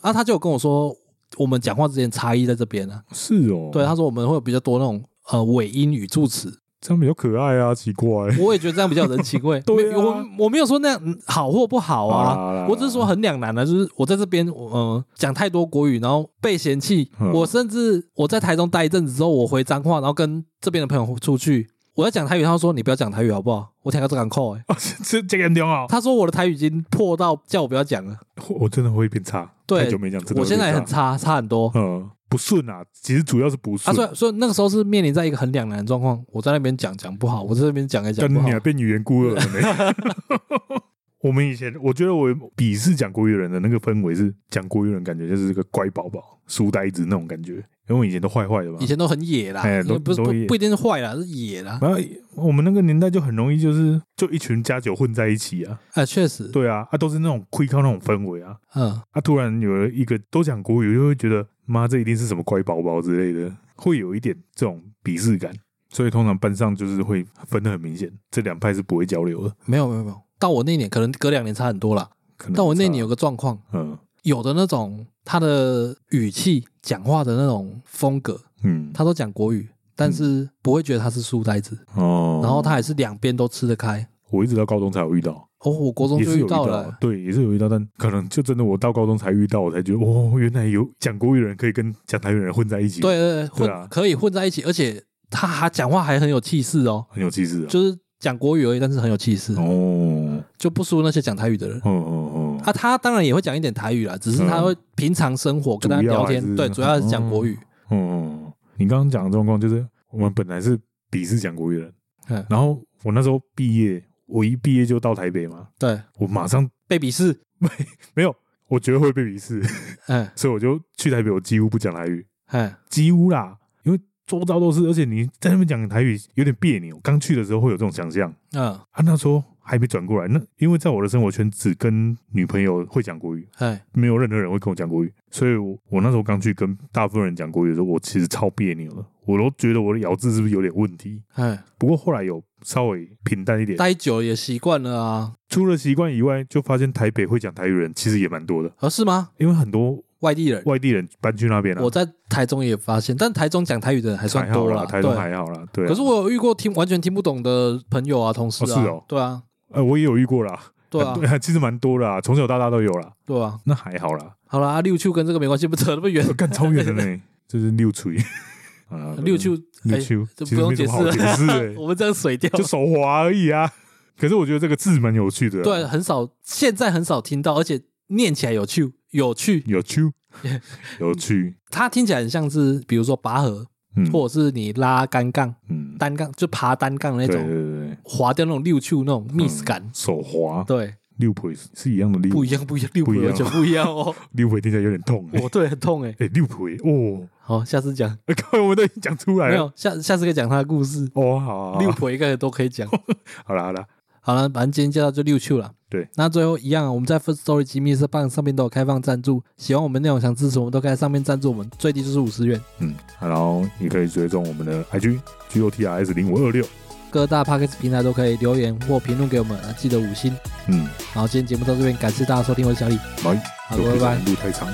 Speaker 1: 啊，他就有跟我说，我们讲话之间差异在这边啊。
Speaker 2: 是哦，
Speaker 1: 对，他说我们会有比较多那种呃尾音语助词，
Speaker 2: 这样比较可爱啊，奇怪。
Speaker 1: 我也觉得这样比较有人情味。
Speaker 2: 对啊
Speaker 1: 没我我没有说那样嗯好或不好
Speaker 2: 好啦
Speaker 1: 啊，
Speaker 2: 好啦
Speaker 1: 我只是说很两难的、就是我在这边，我嗯，讲太多国语，然后被嫌弃。
Speaker 2: 嗯
Speaker 1: 我甚至我在台中待一阵子之后，我回彰化，然后跟这边的朋友出去，我在讲台语，他说你不要讲台语好不好？我听到这港口哎，
Speaker 2: 啊， 这这个很重要。
Speaker 1: 他说我的台语已经破到叫我不要讲了，
Speaker 2: 我我真的会变差，
Speaker 1: 对
Speaker 2: 太久没讲，真的
Speaker 1: 我
Speaker 2: 会
Speaker 1: 现
Speaker 2: 变
Speaker 1: 在也很
Speaker 2: 差，
Speaker 1: 差，差很多。
Speaker 2: 嗯，不顺啊，其实主要是不
Speaker 1: 啊，
Speaker 2: 顺。
Speaker 1: 所以所以那个时候是面临在一个很两难的状况，我在那边讲讲不好，我在这边讲也讲
Speaker 2: 跟
Speaker 1: 不好
Speaker 2: 你。还变语言孤儿了呢。 我们以前我觉得我鄙视讲国语的人的那个氛围是讲国语人感觉就是个乖宝宝、书呆子那种感觉，因为我以前都坏坏的嘛
Speaker 1: 以。前都很野啦，
Speaker 2: 哎
Speaker 1: 因为
Speaker 2: 都
Speaker 1: 不是
Speaker 2: 都嗯
Speaker 1: 不
Speaker 2: 野
Speaker 1: 不一定是坏啦，是野啦。
Speaker 2: 然后我们那个年代就很容易就是就一群家酒混在一起啊，
Speaker 1: 啊，确实，
Speaker 2: 对啊，啊都是那种亏靠那种氛围啊，
Speaker 1: 嗯，
Speaker 2: 啊突然有了一个都讲国语，就会觉得妈这一定是什么乖宝宝之类的，会有一点这种鄙视感，所以通常班上就是会分得很明显，这两派是不会交流的。
Speaker 1: 没有没有没有。到我那年，可能隔两年差很多啦。
Speaker 2: 可能
Speaker 1: 但我那
Speaker 2: 差
Speaker 1: 年有个状况，
Speaker 2: 嗯
Speaker 1: 有的那种他的语气、讲话的那种风格，
Speaker 2: 嗯
Speaker 1: 他都讲国语，但是不会觉得他是书呆子，
Speaker 2: 哦，
Speaker 1: 然后他还是两边都吃得开。
Speaker 2: 我一直到高中才有遇到。
Speaker 1: 哦，我国中
Speaker 2: 也
Speaker 1: 就是
Speaker 2: 有
Speaker 1: 遇
Speaker 2: 遇到
Speaker 1: 到
Speaker 2: 啊
Speaker 1: 了，，
Speaker 2: 对，也是有遇到，但可能就真的我到高中才遇到，我才觉得哦，原来有讲国语的人可以跟讲台语的人混在一起，，
Speaker 1: 对对对，
Speaker 2: 对啊
Speaker 1: 混可以混在一起，而且他还讲话还很有气势哦，
Speaker 2: 很有气势啊。
Speaker 1: 就是讲国语而已，但是很有气势，
Speaker 2: 哦，嗯
Speaker 1: 就不输那些讲台语的人。
Speaker 2: 嗯嗯，
Speaker 1: 啊，他当然也会讲一点台语啦，只是他
Speaker 2: 嗯
Speaker 1: 会平常生活跟他
Speaker 2: 主要
Speaker 1: 聊
Speaker 2: 还
Speaker 1: 天，
Speaker 2: 是
Speaker 1: 对，主要是讲国语。
Speaker 2: 嗯嗯，你刚刚讲的状况就是，我们本来是鄙视讲国语的人，
Speaker 1: 嗯，
Speaker 2: 然后我那时候毕业，我一毕业就到台北嘛，
Speaker 1: 对，
Speaker 2: 我马上
Speaker 1: 被鄙视，
Speaker 2: 没有，我觉得会被鄙视，
Speaker 1: 嗯
Speaker 2: 所以我就去台北，我几乎不讲台语，
Speaker 1: 嗯，
Speaker 2: 几乎啦，因为周遭都是，而且你在那边讲台语有点别扭，刚去的时候会有这种想象。
Speaker 1: 嗯，
Speaker 2: 啊，那时候还没转过来，那因为在我的生活圈只跟女朋友会讲国语，
Speaker 1: 哎，
Speaker 2: 没有任何人会跟我讲国语，所以我我那时候刚去跟大部分人讲国语的时候，我其实超别扭的，我都觉得我的咬字是不是有点问题。
Speaker 1: 哎，
Speaker 2: 不过后来有稍微平淡一点，
Speaker 1: 待久了也习惯了啊，
Speaker 2: 除了习惯以外，就发现台北会讲台语人其实也蛮多的，
Speaker 1: 合适哦吗？
Speaker 2: 因为很多
Speaker 1: 外地人，
Speaker 2: 外地人搬去那边了、
Speaker 1: 我在台中也发现，但台中讲台语的人还算
Speaker 2: 还好
Speaker 1: 多
Speaker 2: 啦，
Speaker 1: 啦，
Speaker 2: 台中
Speaker 1: 对
Speaker 2: 还好啦，对啊、
Speaker 1: 可是我有遇过听完全听不懂的朋友啊、同事啊，
Speaker 2: 哦是哦
Speaker 1: 对啊，
Speaker 2: 呃，我也有遇过啦，
Speaker 1: 对 啊，
Speaker 2: 很多其实蛮多啦，从小到大都有啦，
Speaker 1: 对啊。
Speaker 2: 那还好啦，
Speaker 1: 好啦，啊六丘跟这个没关系，不扯那么远
Speaker 2: 呃。 干超远的呢，这是六锤 啊，
Speaker 1: 六丘，
Speaker 2: 六
Speaker 1: 哎
Speaker 2: 丘，
Speaker 1: 这不
Speaker 2: 其实
Speaker 1: 用
Speaker 2: 没什么好
Speaker 1: 解
Speaker 2: 解
Speaker 1: 释
Speaker 2: 释的
Speaker 1: 我们这样水掉，
Speaker 2: 就手滑而已啊。可是我觉得这个字蛮有趣的啊，
Speaker 1: 对，很少，现在很少听到，而且念起来有趣，有趣。
Speaker 2: 有 趣，有趣，
Speaker 1: 它听起来很像是，比如说拔河，
Speaker 2: 嗯
Speaker 1: 或者是你拉单杠、
Speaker 2: 嗯，
Speaker 1: 单杠，就爬单杠那
Speaker 2: 对对嗯
Speaker 1: 种，
Speaker 2: 对对
Speaker 1: 滑掉那种六丘那种 miss 感。
Speaker 2: 手滑
Speaker 1: 对，
Speaker 2: 六腿是一样的六
Speaker 1: 不一样，不一样，六
Speaker 2: 不一
Speaker 1: 完
Speaker 2: 样
Speaker 1: 全不一样 哦。
Speaker 2: 六腿听起来有点 痛欸，
Speaker 1: 我对很痛哎。
Speaker 2: 哎六腿哦，
Speaker 1: 好，下次讲，
Speaker 2: 哎刚才我们都已经讲出来
Speaker 1: 没
Speaker 2: 了，
Speaker 1: 有下下次可以讲他的故事，
Speaker 2: 哦哎好，好
Speaker 1: 六
Speaker 2: 好
Speaker 1: 婆应该都可以讲。
Speaker 2: 好啦好啦，
Speaker 1: 好了，反正今天介绍就六 Q 了。
Speaker 2: 对，
Speaker 1: 那最后一样啊，我们在 First Story 及 Mr. Bang 上面都有开放赞助，喜欢我们内容想支持我们，都可以在上面赞助我们，最低就是五十元。
Speaker 2: 嗯，然后你可以追踪我们的 IG G O T R S 零五二六，
Speaker 1: 各大 Podcast 平台都可以留言或评论给我们，啊，记得五星。
Speaker 2: 嗯，
Speaker 1: 然后今天节目到这边，感谢大家收听，我是小李，
Speaker 2: 来，
Speaker 1: 好，
Speaker 2: 有
Speaker 1: 拜拜。
Speaker 2: 路太长。